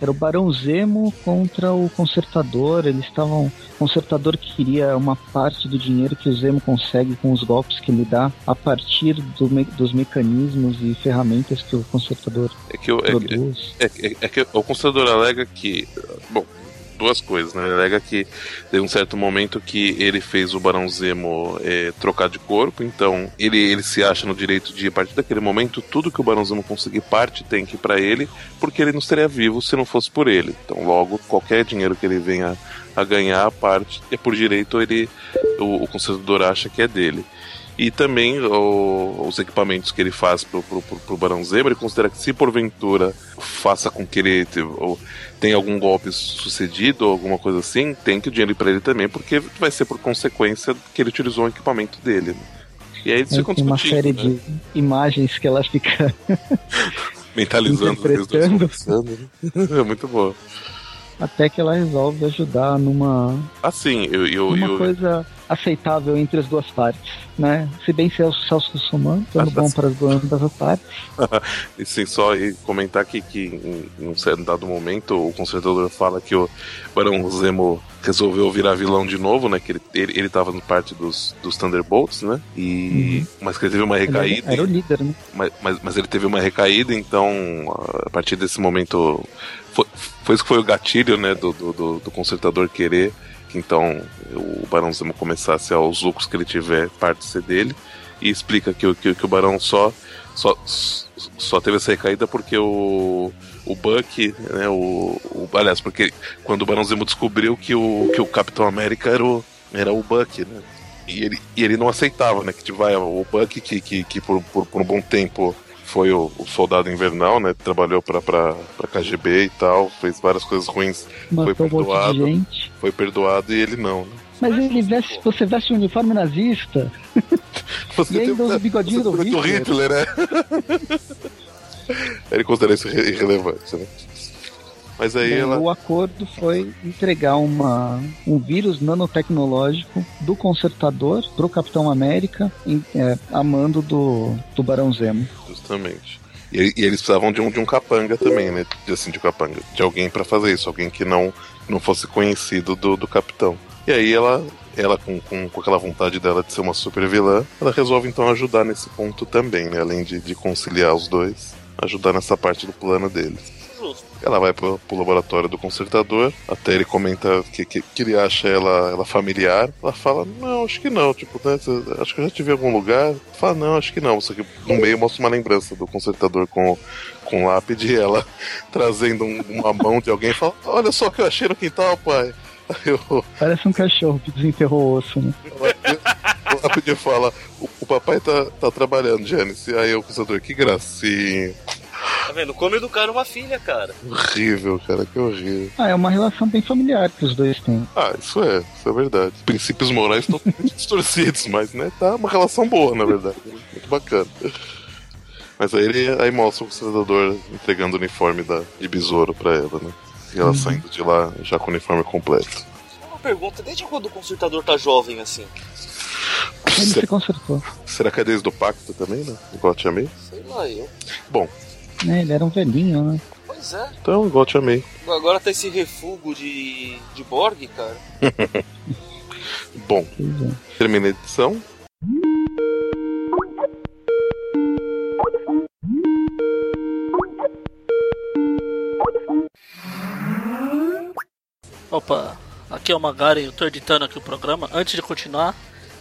S2: Era o Barão Zemo contra o Consertador. Eles estavam. O Consertador queria uma parte do dinheiro que o Zemo consegue com os golpes que ele dá a partir do me- dos mecanismos e ferramentas que o Consertador
S3: É que eu, é, que-
S2: produz.
S3: É, é- é que o consultor alega que. Bom, duas coisas, né? Ele alega que teve um certo momento que ele fez o Barão Zemo eh, trocar de corpo, então ele, ele se acha no direito de, a partir daquele momento, tudo que o Barão Zemo conseguir, parte tem que ir pra ele, porque ele não estaria vivo se não fosse por ele. Então, logo, qualquer dinheiro que ele venha a ganhar, parte é por direito, ele o, o consultor acha que é dele. E também o- os equipamentos que ele faz pro, pro, pro, pro Barão Zemo, ele considera que se porventura faça com que ele te- ou tenha algum golpe sucedido ou alguma coisa assim, tem que o dinheiro ir pra ele também, porque vai ser por consequência que ele utilizou o equipamento dele. né? E aí eles
S2: Aí
S3: ficam
S2: tem uma
S3: discutindo,
S2: série
S3: né?
S2: de imagens que ela fica. [laughs]
S3: mentalizando os dois
S2: interpretando.
S3: conversando. né? [laughs] É muito bom.
S2: Até que ela resolve ajudar numa,
S3: Assim, eu, eu,
S2: uma
S3: eu-
S2: coisa aceitável entre as duas partes, né? Se bem se é o Celso Suman,
S3: Ah,
S2: dando
S3: tá
S2: bom
S3: certo.
S2: para as duas partes.
S3: E sim, assim, só e comentar aqui que em, em um certo dado momento o consertador fala que o Barão Zemo resolveu virar vilão de novo, né? Que ele, ele, ele tava no parte dos, dos Thunderbolts, né? E, Mas que ele teve uma
S2: Uhum. Ele era-
S3: recaída.
S2: era o líder, né?
S3: mas, mas, mas ele teve uma recaída, então a partir desse momento foi, Foi isso que foi o gatilho, né, do, do, do, do consertador querer que então o Barão Zemo começasse aos lucros que ele tiver parte ser dele e explica que, que, que o Barão só, só só teve essa recaída porque o o Buck, né, o, o aliás, porque quando o Barão Zemo descobriu que o que o Capitão América era o, era o Buck, né? E ele, e ele não aceitava, né, que tipo, vai, o Buck que, que, que por, por, por um bom tempo foi o, o, soldado invernal, né? Trabalhou pra, pra, pra KGB e tal, fez várias coisas ruins, Matou foi perdoado. Um foi perdoado e ele não, né? [laughs]
S2: Mas ele veste, você veste um uniforme nazista.
S3: Você
S2: e ainda usa o bigodinho do Hitler.
S3: do Hitler. né? [laughs] ele considera isso irrelevante, né? Mas aí
S2: Bem,
S3: ela...
S2: né? O acordo foi entregar uma, um vírus nanotecnológico do consertador pro Capitão América, em, é, a mando do, do Barão Zemo.
S3: Justamente. E, e, eles precisavam de um, de um capanga também, né? De, assim, de um capanga. De alguém para fazer isso, alguém que não, não fosse conhecido do, do Capitão. E aí ela, ela com, com, com aquela vontade dela de ser uma super vilã, ela resolve então ajudar nesse ponto também, né? Além de, de conciliar os dois, ajudar nessa parte do plano deles. Ela vai pro, pro, laboratório do consertador, até ele comenta que, que, que, ele acha ela, ela familiar. Ela fala, não, acho que não, tipo, né, acho que eu já tive em algum lugar. Fala, não, acho que não. Só que no meio mostra uma lembrança do consertador com, com lápide e ela [laughs] trazendo um, uma mão de alguém e fala, olha só o que eu achei no quintal, pai. [laughs] Eu...
S2: Parece um cachorro que desenterrou o osso, né?
S3: O lápide fala, o, o, papai tá, tá trabalhando, Janice. Aí o consertador, que gracinha.
S4: Tá vendo? Como educar uma filha, cara.
S3: Horrível, cara, que horrível.
S2: Ah, é uma relação bem familiar que os dois têm.
S3: Ah, isso é, isso é verdade. Os princípios morais estão [laughs] distorcidos, mas, né, tá uma relação boa, na verdade. Muito bacana. Mas aí ele aí mostra o cidador entregando o uniforme da, de besouro pra ela, né? E ela uhum. saindo de lá já com o uniforme completo.
S4: Só é uma pergunta, desde quando o consultador tá jovem assim?
S2: Ele será, se consertou.
S3: Será que é desde o pacto também, né? Igual te amei?
S4: Sei lá, eu.
S3: Bom,
S2: é, ele era um velhinho, né?
S4: Pois é.
S3: Então, igual te amei.
S4: Agora tá esse refugo de, de Borg, cara.
S3: Bom, terminei a edição.
S1: Opa, aqui é o Magari, eu tô editando aqui o programa. Antes de continuar,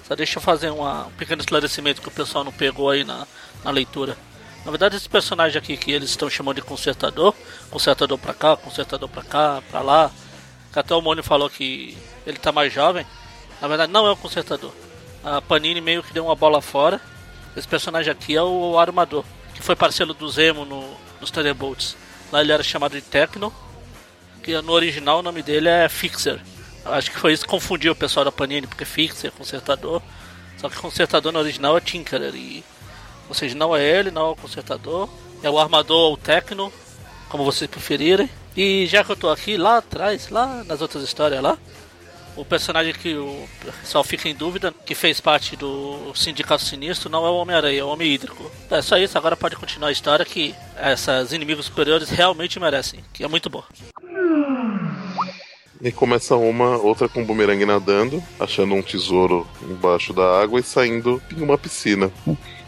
S1: só deixa eu fazer uma, um pequeno esclarecimento que o pessoal não pegou aí na, na leitura. Na verdade, esse personagem aqui que eles estão chamando de consertador, consertador pra cá, consertador pra cá, pra lá, que até o Mônio falou que ele tá mais jovem, na verdade não é o consertador. A Panini meio que deu uma bola fora. Esse personagem aqui é o, o armador, que foi parceiro do Zemo no, nos Thunderbolts. Lá ele era chamado de Tecno, que no original o nome dele é Fixer. Acho que foi isso que confundiu o pessoal da Panini, porque Fixer, consertador. Só que consertador no original é Tinkerer e ou seja, não é ele, não é o consertador, é o armador ou o tecno, como vocês preferirem. E já que eu tô aqui, lá atrás, lá nas outras histórias lá, o personagem que o pessoal fica em dúvida, que fez parte do Sindicato Sinistro, não é o Homem-Aranha, é o Homem Hídrico. É só isso, agora pode continuar a história que essas inimigos superiores realmente merecem, que é muito bom.
S3: E começa uma, outra com um bumerangue nadando, achando um tesouro embaixo da água e saindo em uma piscina.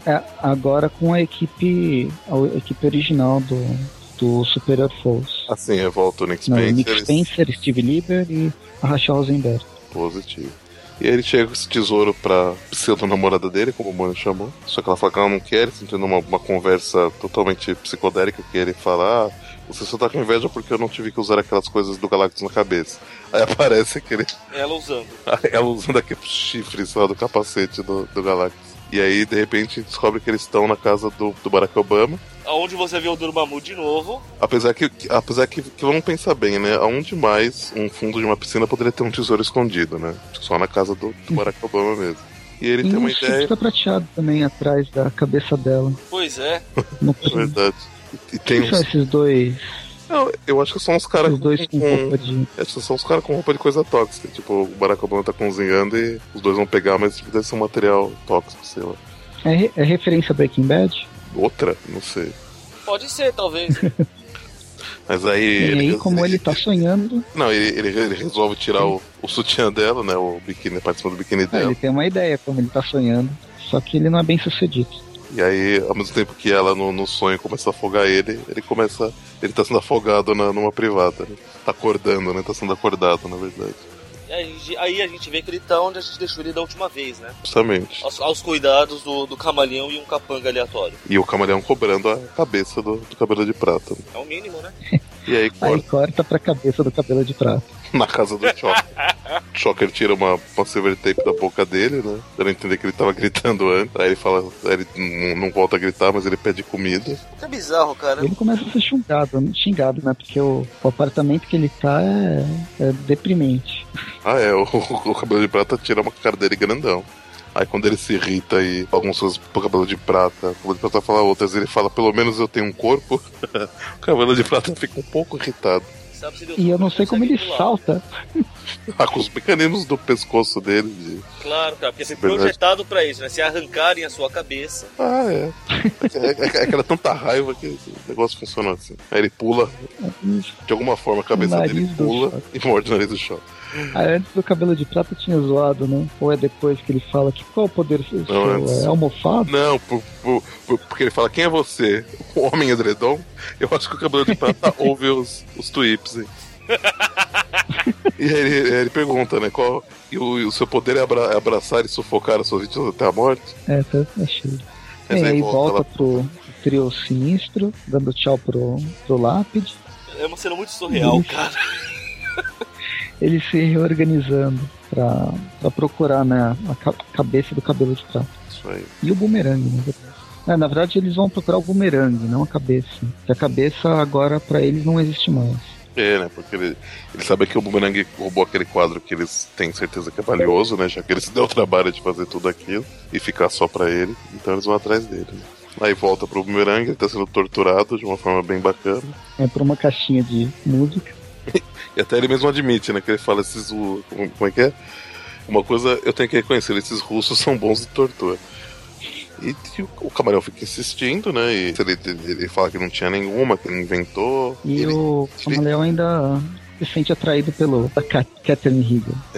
S2: É, agora com a equipe a equipe original do, do Superior Force.
S3: Assim, é volta o Nick Spencer. Não,
S2: Nick Spencer, Steve Lieber e Rachel Rosenberg.
S3: Positivo. E aí ele chega com esse tesouro pra pseudo-namorada dele, como o Mônio chamou. Só que ela fala que ela não quer, eles tendo uma, uma conversa totalmente psicodélica que ele fala, ah, você só tá com inveja porque eu não tive que usar aquelas coisas do Galactus na cabeça. Aí aparece [laughs] aquele...
S4: Ela usando.
S3: ela usando aquele chifre só do capacete do, do Galactus. E aí, de repente, descobre que eles estão na casa do, do Barack Obama.
S4: Aonde você vê o Dormammu de novo.
S3: Apesar que, que apesar que, que, vamos pensar bem, né? Aonde mais um fundo de uma piscina poderia ter um tesouro escondido, né? Só na casa do, do Barack Obama mesmo. E ele e tem uma ideia.
S2: Tá prateado também atrás da cabeça dela.
S4: Pois é.
S3: é verdade.
S2: E, e tem uns... esses dois
S3: não, eu acho que são uns caras
S2: com, com, com de...
S3: Acho que são uns caras com roupa de coisa tóxica. Tipo, o Barack Obama tá cozinhando e os dois vão pegar, mas tipo, deve ser um material tóxico, sei lá.
S2: É, é referência a Breaking Bad?
S3: Outra? Não sei.
S4: Pode ser, talvez.
S3: mas aí. E
S2: ele, aí, como ele, ele tá sonhando.
S3: Não, ele, ele, ele resolve tirar o, o, sutiã dela,
S2: É,
S3: né? O biquíni, a participação do biquíni dela.
S2: Ah, ele tem uma ideia como ele tá sonhando. Só que ele não é bem sucedido.
S3: E aí, ao mesmo tempo que ela no, no sonho começa a afogar ele, ele começa. Ele tá sendo afogado na, numa privada. Né? Tá acordando, né? Tá sendo acordado, na verdade.
S4: E aí, a gente- aí a gente vê que ele tá onde a gente deixou ele da última vez, né?
S3: Justamente.
S4: Aos, aos cuidados do, do camaleão e um capanga aleatório.
S3: E o camaleão cobrando a cabeça do, do cabelo de prata. né?
S4: É o mínimo, né?
S3: E aí
S2: Aí
S3: corta
S2: corta pra cabeça do cabelo de prata.
S3: na casa do Choker. Choker tira uma, uma silver tape da boca dele, né? Dando a entender que ele tava gritando antes. Aí ele fala. Aí ele n- não volta a gritar, mas ele pede comida.
S4: É bizarro, cara.
S2: Ele começa a ser xingado, né? xingado, né? Porque o, o apartamento que ele tá é, é deprimente.
S3: Ah, é, [laughs] o, o cabelo de prata tira uma cara dele grandão. Aí quando ele se irrita e algumas coisas pro cabelo de prata, o cabelo de prata fala outras, ele fala, pelo menos eu tenho um corpo, [laughs] o cabelo de prata fica um pouco irritado. [laughs]
S4: Sabe se deu
S2: E eu
S4: tudo,
S2: não sei como ele
S4: consegue pular.
S2: salta.
S3: Ah, com os mecanismos do pescoço dele. de-
S4: Claro, cara, porque foi
S3: Verdade.
S4: projetado pra isso, né? Se arrancarem a sua cabeça.
S3: Ah, é. É, que- é, que- é que era tanta raiva que o negócio funciona assim. Aí ele pula, de alguma forma a cabeça
S2: nariz
S3: dele
S2: do
S3: pula
S2: choque.
S3: e morde o nariz do chão.
S2: Ah, antes do cabelo de prata tinha zoado, né? Ou é depois que ele fala que qual é o poder seu?
S3: antes.
S2: É almofado?
S3: Não, por- por- por- porque ele fala, quem é você? O homem edredom? Eu acho que o cabelo de prata ouve os, os tweeps, hein? e aí ele, ele pergunta, né? Qual, e o, e o seu poder é abra- abraçar e sufocar as suas vítimas até a morte?
S2: É, tá, achei.
S3: Mas
S2: Bem,
S3: aí
S2: aí
S3: volta
S2: É, volta pro trio sinistro, dando tchau pro, pro lápide.
S4: É uma cena muito surreal,
S2: Ixi.
S4: cara.
S2: Ele se reorganizando pra, pra procurar né, a ca- cabeça do cabelo de prata.
S3: Isso aí.
S2: E o bumerangue, na verdade. É, na verdade, eles vão procurar o bumerangue, não a cabeça. Porque a cabeça agora pra eles não existe mais.
S3: É, né? Porque ele, ele sabe que o Boomerang roubou aquele quadro que eles têm certeza que é valioso, né? Já que [laughs] ele se deu o trabalho de fazer tudo aquilo e ficar só pra ele. Então eles vão atrás dele. né. Aí volta pro Boomerang, ele tá sendo torturado de uma forma bem bacana.
S2: É pra uma caixinha de música.
S3: E até ele mesmo admite, né? Que ele fala esses. o- Como como é que é? Uma coisa eu tenho que reconhecer: esses russos são bons de tortura. E t- o camarão fica insistindo, né? E ele, ele- ele fala que não tinha nenhuma, que ele inventou.
S2: E
S3: ele
S2: o Camaleão ainda se sente atraído pelo da Ca- Catherine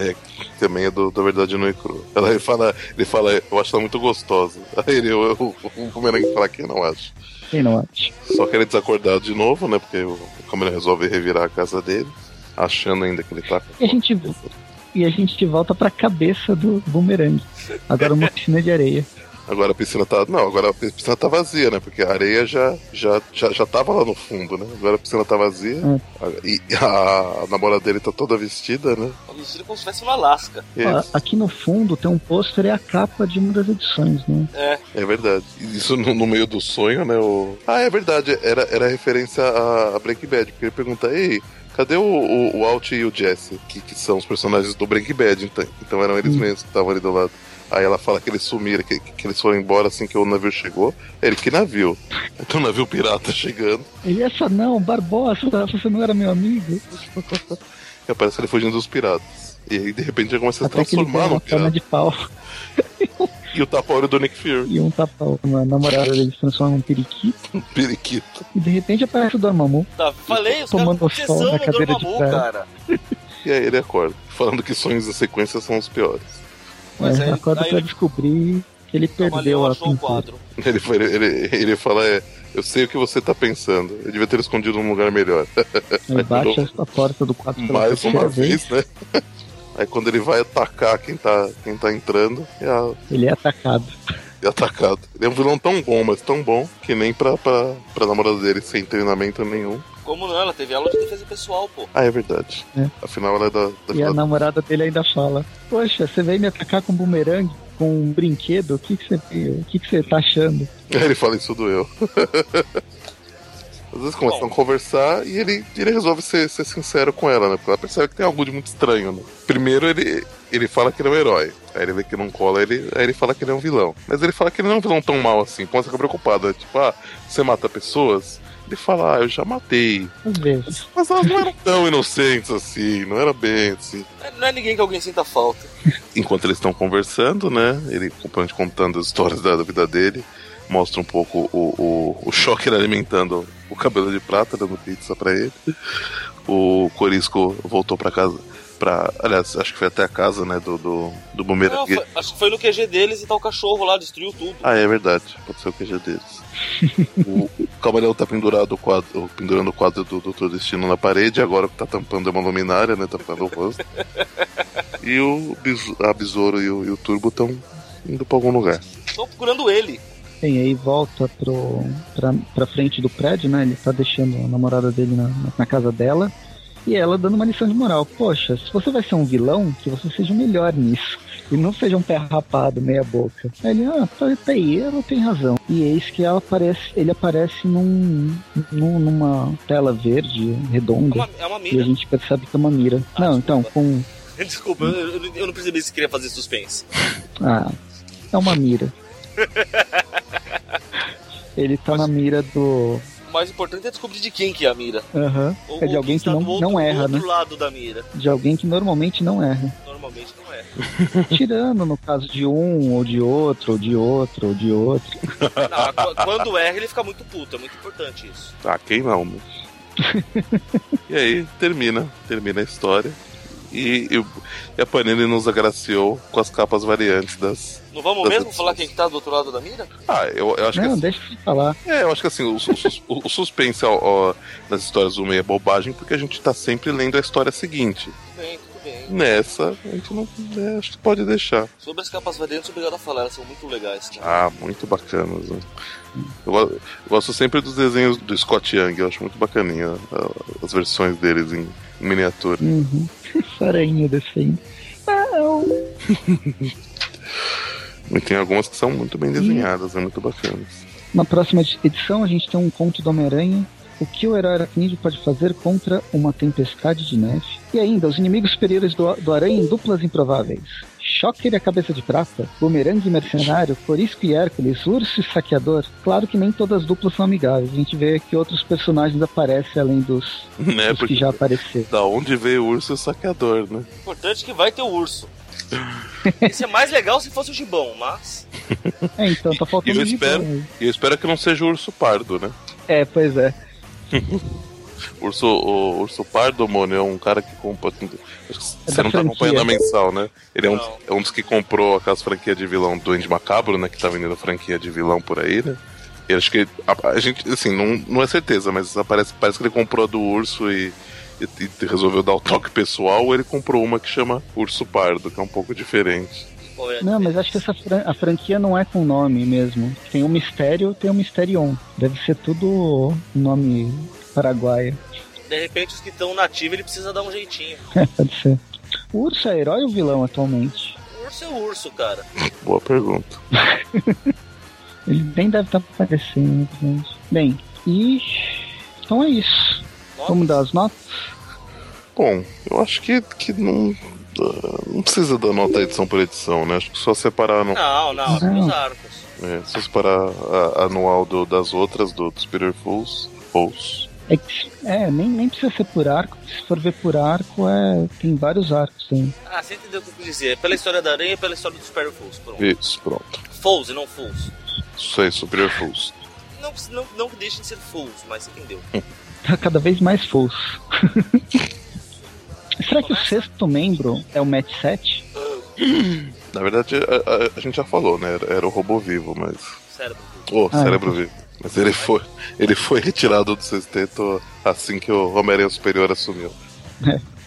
S2: Higa.
S3: também é do, da verdade no e crua. Ela [laughs] ele fala, ele fala, eu acho ela muito gostosa. [laughs] Aí ele, eu, eu, o Boomerang fala que eu não acho.
S2: Quem não acha?
S3: Só que ele é desacordado de novo, né? Porque o camarão resolve revirar a casa dele, achando ainda que ele tá
S2: [laughs] E
S3: com.
S2: a gente, e a gente volta pra cabeça do bumerangue. Agora uma piscina de areia.
S3: Agora a piscina tá. Não, agora a piscina tá vazia, né? Porque a areia já, já, já, já tava lá no fundo, né? Agora a piscina tá vazia.
S2: Hum.
S3: A- E a, a namorada dele tá toda vestida, né?
S4: Uma vestida como se fosse uma lasca.
S3: E
S2: Ó,
S3: isso-
S2: aqui no fundo tem um pôster e a capa de uma das edições, né?
S4: É,
S3: é verdade. E Isso no, no meio do sonho, né? O... Ah, é verdade. Era, era referência a, a Breaking Bad, porque ele pergunta, ei. Cadê o, o, o Alt e o Jesse, que, que são os personagens do Breaking Bad? Então, então eram eles
S2: Hum.
S3: mesmos que estavam ali do lado. Aí ela fala que eles sumiram, que, que eles foram embora assim que o navio chegou. Ele, que navio? [laughs] Então um navio pirata chegando.
S2: Ele, essa não, Barbosa, você não era meu amigo.
S3: E aparece ele fugindo dos piratas. E aí, de repente, ele começa a se
S2: Até que ele né?
S3: transformar
S2: ganha
S3: num
S2: uma
S3: pirata.
S2: perna de pau.
S3: E o tapa-olho do Nick Fury, [laughs]
S2: e um tapa na namorada dele se transforma num periquito
S3: um periquito.
S2: e de repente aparece o Dormammu.
S4: tá. Falei, os caras
S2: Tomando
S4: estão
S2: sol na
S4: obsessão no
S2: cadeira de
S4: Dormammu,
S2: praia.
S4: cara.
S3: E aí ele acorda, falando que sonhos em sequência são os piores. [laughs]
S4: Mas
S2: né,
S4: aí-
S2: acorda
S4: aí
S2: pra
S4: ele-
S2: descobrir que ele
S4: O
S2: perdeu
S4: camaleão
S2: a
S4: achou o
S2: pintura.
S4: quadro.
S3: Ele, ele, ele fala, é, eu sei o que você tá pensando. Eu devia ter escondido num lugar melhor. [laughs]
S2: Aí bate a porta do quarto pela
S3: Mais
S2: terceira
S3: uma
S2: vez.
S3: vez, né? [laughs] Aí quando ele vai atacar quem tá, quem tá entrando, é, a-
S2: Ele é atacado.
S3: é atacado. Ele é um vilão tão bom, mas tão bom, que nem pra, pra, pra namorada dele sem treinamento nenhum.
S4: Como não? Ela teve aula de defesa pessoal, pô.
S3: Ah, é verdade.
S2: É.
S3: Afinal, ela é da, da
S2: E a
S3: Filadélfia.
S2: namorada dele ainda fala: Poxa, você veio me atacar com um bumerangue, com um brinquedo? O que que você o que que você tá achando?
S3: Aí [laughs] ele fala, isso doeu. Às vezes começam a conversar e ele, ele resolve ser, ser sincero com ela, né? Porque ela percebe que tem algo de muito estranho, né? Primeiro ele, ele fala que ele é um herói. Aí ele vê que não cola, ele, aí ele fala que ele é um vilão. Mas ele fala que ele não é um vilão tão mal assim. Quando você fica preocupado, né? tipo, ah, você mata pessoas? Ele fala, ah, eu já matei.
S2: Às vezes.
S3: Mas elas não eram tão [laughs] inocentes assim, não era bem assim.
S4: Não é- Não é ninguém que alguém sinta falta.
S3: enquanto eles estão conversando, né? Ele completamente contando as histórias da, da vida dele, mostra um pouco o, o, o Shocker alimentando o cabelo de prata, dando pizza pra ele. O Corisco voltou pra casa. pra. Aliás, acho que foi até a casa, né? Do, do, do
S4: Não,
S3: bumerangue.
S4: foi- acho que foi no QG deles e tal cachorro lá, destruiu tudo.
S3: Ah, é verdade. Pode ser o QG deles. o, o Camaleão tá pendurado o quadro, pendurando o quadro do Doutor Destino na parede, agora tá tampando uma luminária, né? Tampando o rosto. E o beso- a Besouro e o, e o Turbo estão indo pra algum lugar.
S4: Estão procurando ele. É
S2: Bem, aí volta pro, pra, pra frente do prédio, né? Ele tá deixando a namorada dele na, na casa dela. E ela dando uma lição de moral. Poxa, se você vai ser um vilão, que você seja o melhor nisso. E não seja um pé rapado, meia boca. Aí ele, ah, tá, tá aí, ela tem razão. E eis que ela aparece, ele aparece num, num- numa tela verde,
S4: É
S2: redonda.
S4: uma, é uma
S2: E a
S4: mira.
S2: gente percebe que é uma mira. Não, então, com.
S4: [laughs] Desculpa, eu, eu- eu não percebi se queria fazer suspense.
S2: Ah, é uma mira. Ele tá na mira do.
S4: O mais importante é descobrir de quem que é a mira.
S2: Aham.
S4: Ou,
S2: É de
S4: ou
S2: alguém
S4: quem
S2: que
S4: está
S2: não-
S4: do outro,
S2: não erra,
S4: do outro
S2: né?
S4: lado da mira.
S2: de alguém que normalmente não
S4: [laughs]
S2: erra.
S4: Normalmente não é.
S2: Tirando no caso de um, ou de outro, ou de outro, ou de outro.
S4: Não, qu- quando erra, ele fica muito puto. É muito importante isso.
S3: Ah, quem não, né? e aí termina, termina a história. E, e, o- e a Panini nos agraciou com as capas variantes das.
S4: Não vamos mesmo falar quem que tá do outro lado da mira?
S3: Ah, eu, eu acho que
S2: não,
S3: assim,
S2: deixa eu falar.
S3: é, eu acho que assim, o, su- sus- o- o suspense ao- ao- nas histórias do meio é bobagem, porque a gente tá sempre lendo a história seguinte.
S4: Tudo bem, tudo bem.
S3: Nessa, a gente não. né, acho que pode deixar.
S4: Sobre as capas variantes, obrigado a falar. Elas são muito legais. cara.
S3: Ah, muito bacanas. Né? Eu, go- eu gosto sempre dos desenhos do Scott Young, eu acho muito bacaninha a- as versões deles em miniatura.
S2: Uhum. [laughs] Saranho desse aí. Não.
S3: E tem algumas que são muito bem desenhadas, é muito bacanas.
S2: Na próxima edi- edição a gente tem um conto do Homem-Aranha. O que o herói aracnídeo pode fazer contra uma tempestade de neve? E ainda, os inimigos superiores do, do Aranha em duplas improváveis. Shocker e a Cabeça de Prata, Bumerangue e Mercenário, Corisco e Hércules, Urso e Saqueador. Claro que nem todas as duplas são amigáveis. A gente vê que outros personagens aparecem além dos,
S3: Né?
S2: dos que
S3: Porque
S2: já apareceram.
S3: da onde veio o urso e o saqueador, né?
S4: O importante é que vai ter o urso. Isso é mais legal se fosse o gibão, mas.
S2: É,
S3: [laughs]
S2: então, tá faltando
S3: E eu
S2: um
S3: espero-
S2: gibão aí.
S3: E eu espero que não seja o urso pardo, né?
S2: É, pois é.
S3: Urso, o urso pardo, mano, é um cara que compra. acho que Você
S2: da
S3: não tá acompanhando
S2: franquia.
S3: a mensal, né? Ele é um,
S4: Não.
S3: é um dos que comprou aquelas franquias de vilão do Duende Macabro, né? Que tá vendendo franquia de vilão por aí, né? E acho que a, a gente, assim, não, não é certeza, mas aparece, parece que ele comprou a do urso e, e- e resolveu dar o toque pessoal, ou ele comprou uma que chama Urso Pardo, que é um pouco diferente.
S4: Qual é a
S2: Não, mas
S4: diferença?
S2: acho que essa fran- a franquia não é com nome mesmo. Tem o Mistério, tem o Mysterion. Deve ser tudo nome paraguaio. [laughs]
S4: De repente, os que estão na ativa, ele precisa dar um jeitinho.
S2: Pode ser. O urso é herói ou vilão atualmente?
S4: O urso é o urso, cara.
S3: Boa pergunta.
S2: Ele nem deve estar aparecendo, gente. Bem, e. Então é isso.
S4: Nossa.
S2: Vamos dar as notas?
S3: Bom, eu acho que, que não. ah, Não precisa dar nota edição por edição, né? Acho que só separar no,
S4: Não, não, é pelos arcos.
S3: É, se você parar a, a anual do- das outras, do, do Superior Fools, Fools.
S2: É, que- é, nem, nem precisa ser por arco. porque Se for ver por arco, é, tem vários arcos. Tem.
S4: Ah, você entendeu o que eu quis dizer. É Pela história da aranha e pela história do Sparrow Fools. Pronto.
S3: Isso, pronto.
S4: Fools e não Fools.
S3: Isso aí, Superior Fools.
S4: Não, não, não que deixem de ser Fools, mas você entendeu.
S2: Tá cada vez mais fofo. [laughs] Será que o sexto membro é o Match 7?
S3: Na verdade, a, a- a gente já falou, né? Era, era o robô vivo, mas.
S4: Sério, Bruno.
S3: Ô,
S2: Ah,
S3: cérebro vivo. Mas ele foi, ele foi retirado do sexteto assim que o Homem-Aranha Superior assumiu.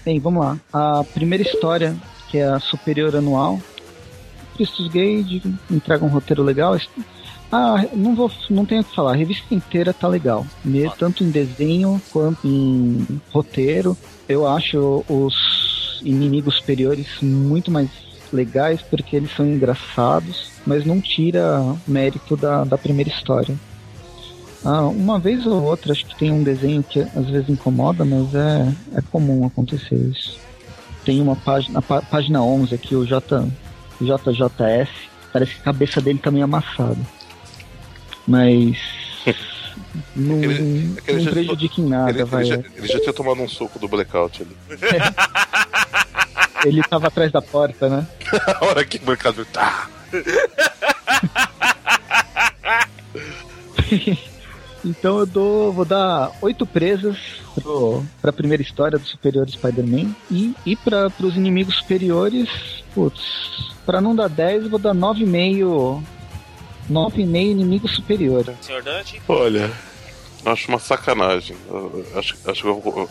S2: Bem, vamos lá. A primeira história, que é a superior anual. Christus Gage entrega um roteiro legal. Ah, não vou, não tenho o que falar. A revista inteira tá legal, Me- tanto em desenho quanto em roteiro. Eu acho os inimigos superiores muito mais legais porque eles são engraçados, mas não tira mérito da, da primeira história. Ah, uma vez ou outra, acho que tem um desenho que às vezes incomoda, mas é, é comum acontecer isso. Tem uma página, a pá- página 11 aqui, o J, JJS, parece que a cabeça dele tá meio amassada.
S3: [laughs]
S2: Mas. Não,
S3: Aquele- aquele
S2: não
S3: gestor-
S2: prejudica em nada,
S3: Ele, ele
S2: vai.
S3: já, ele já tinha tomado um soco do blackout ali. [laughs]
S2: Ele tava atrás da porta, né?
S3: A hora que o mercado. Tá!
S2: Então eu dou, vou dar oito presas pro, pra primeira história do Superior Spider-Man. E, e pra, pros inimigos superiores, putz, pra não dar 10, vou dar 9,5. 9,5 inimigo superior.
S4: Senhor Dante?
S3: Olha, eu acho uma sacanagem. Eu, eu acho, acho que eu vou.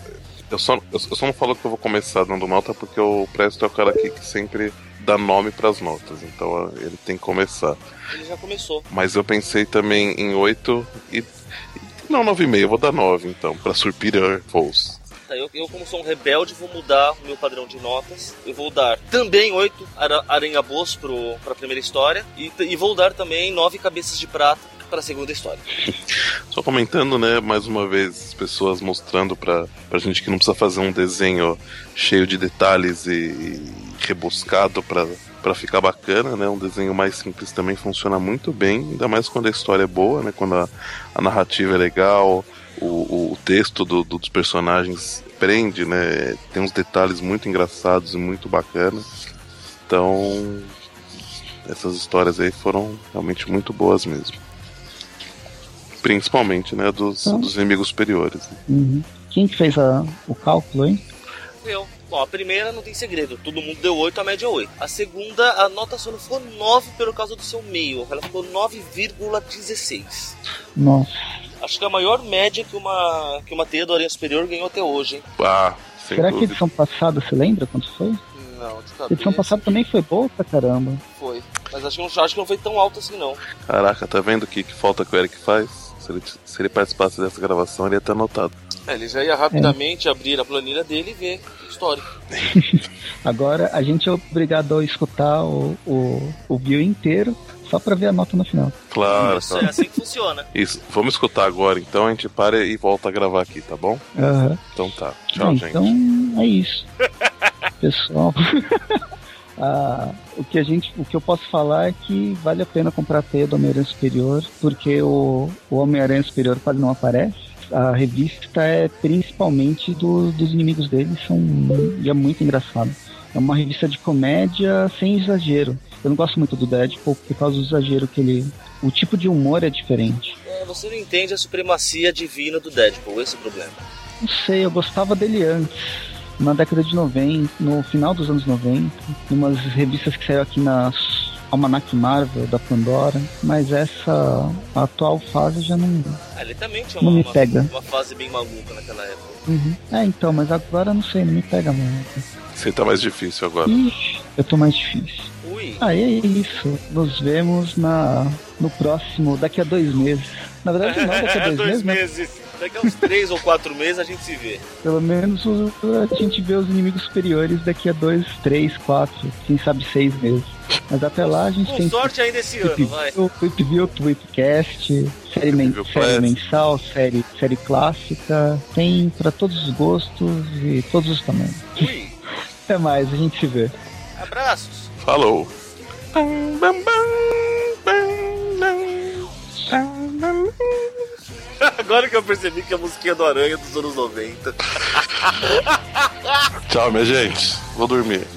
S3: Eu só, eu só não falo que eu vou começar dando nota porque o Presto é o cara aqui que sempre dá nome pras notas, então ah, ele tem que começar.
S4: Ele já começou.
S3: Mas eu pensei também em 8 e. Não, 9,5, eu vou dar 9 então, pra surpirar Falls.
S4: Tá, eu, eu, como sou um rebelde, vou mudar o meu padrão de notas. Eu vou dar também 8 aranhabos pro, pra primeira história. E, e vou dar também 9 cabeças de prata pra segunda história.
S3: Só comentando, né, mais uma vez, as pessoas mostrando pra, pra gente que não precisa fazer um desenho cheio de detalhes e, e rebuscado pra, pra ficar bacana, né? Um desenho mais simples também funciona muito bem, ainda mais quando a história é boa, né? Quando a, a narrativa é legal, o, o, o texto do, do, dos personagens prende, né? Tem uns detalhes muito engraçados e muito bacanas. Então, essas histórias aí foram realmente muito boas mesmo. Principalmente, né? Dos,
S2: Ah.
S3: dos inimigos superiores. né.
S2: Uhum. Quem que fez a- o cálculo, hein?
S4: Eu. Bom, a primeira não tem segredo, todo mundo deu 8, a média é 8. A segunda, a nota só não ficou 9 pelo causa do seu meio, ela ficou 9,16.
S2: Nossa.
S4: Acho que é a maior média que uma, que uma teia do Aranha Superior ganhou até hoje, hein?
S3: Ah, sem
S2: Será que
S3: dúvida.
S2: edição passada, você lembra quanto foi?
S4: Não, de
S2: Edição passada também foi boa pra caramba.
S4: Foi. Mas acho que, não, acho que não foi tão alto assim, não.
S3: Caraca, tá vendo o que, que falta que o Eric faz? Se ele, se ele participasse dessa gravação, ele ia ter anotado.
S4: É, ele já ia rapidamente abrir a planilha dele e ver o histórico.
S2: Agora a gente é obrigado a escutar o, o, o bio inteiro só pra ver a nota no final.
S3: Claro,
S4: Isso, é
S3: claro.
S4: assim que funciona.
S3: Isso, vamos escutar agora então, a gente para e volta a gravar aqui, tá bom?
S2: Aham.
S3: Então tá. Tchau,
S2: Ah,
S3: gente.
S2: então é isso. [laughs] Pessoal. [laughs] ah, o que a gente o que eu posso falar é que vale a pena comprar a teia do Homem-Aranha Superior, porque o, o Homem-Aranha Superior quase não aparece. A revista é principalmente do- dos inimigos dele, são, e é muito engraçado. É uma revista de comédia sem exagero. Eu não gosto muito do Deadpool por causa do exagero que ele. O tipo de humor é diferente.
S4: É, você não entende a supremacia divina do Deadpool, esse é o problema.
S2: Não sei, eu gostava dele antes. Na década de 90, no final dos anos 90, umas revistas que saíram aqui na Almanac Marvel, da Pandora, mas essa atual fase já não.
S4: Ah, ele também tinha
S2: Não
S4: uma,
S2: me
S4: uma,
S2: pega.
S4: uma fase bem maluca naquela época.
S2: É, então, mas agora não sei, não me pega muito.
S3: Você tá mais difícil agora.
S2: Ixi, eu tô mais difícil.
S4: Ui,
S2: Aí é isso. Nos vemos na, no próximo, daqui a dois meses. Na verdade, não,
S4: [laughs]
S2: daqui a dois, meses, né?
S4: É, meses. Daqui a uns três ou quatro meses a gente se vê.
S2: Pelo menos o- a gente vê os inimigos superiores daqui a dois, três, quatro, quem sabe seis meses. Mas até lá a gente
S4: Com
S2: tem
S4: sorte ainda esse ano, vai.
S2: Tweetview, Tweetview, Tweetcast, série, men-
S3: Tweetview
S2: série
S3: Classic.
S2: mensal, série, série clássica. Tem pra todos os gostos e todos os tamanhos.
S4: Ui,
S2: Até mais, a gente se vê.
S4: abraços.
S3: Falou!
S4: [laughs] Agora que eu percebi que a musiquinha do Aranha é dos anos 90.
S3: Tchau, minha gente. Vou dormir.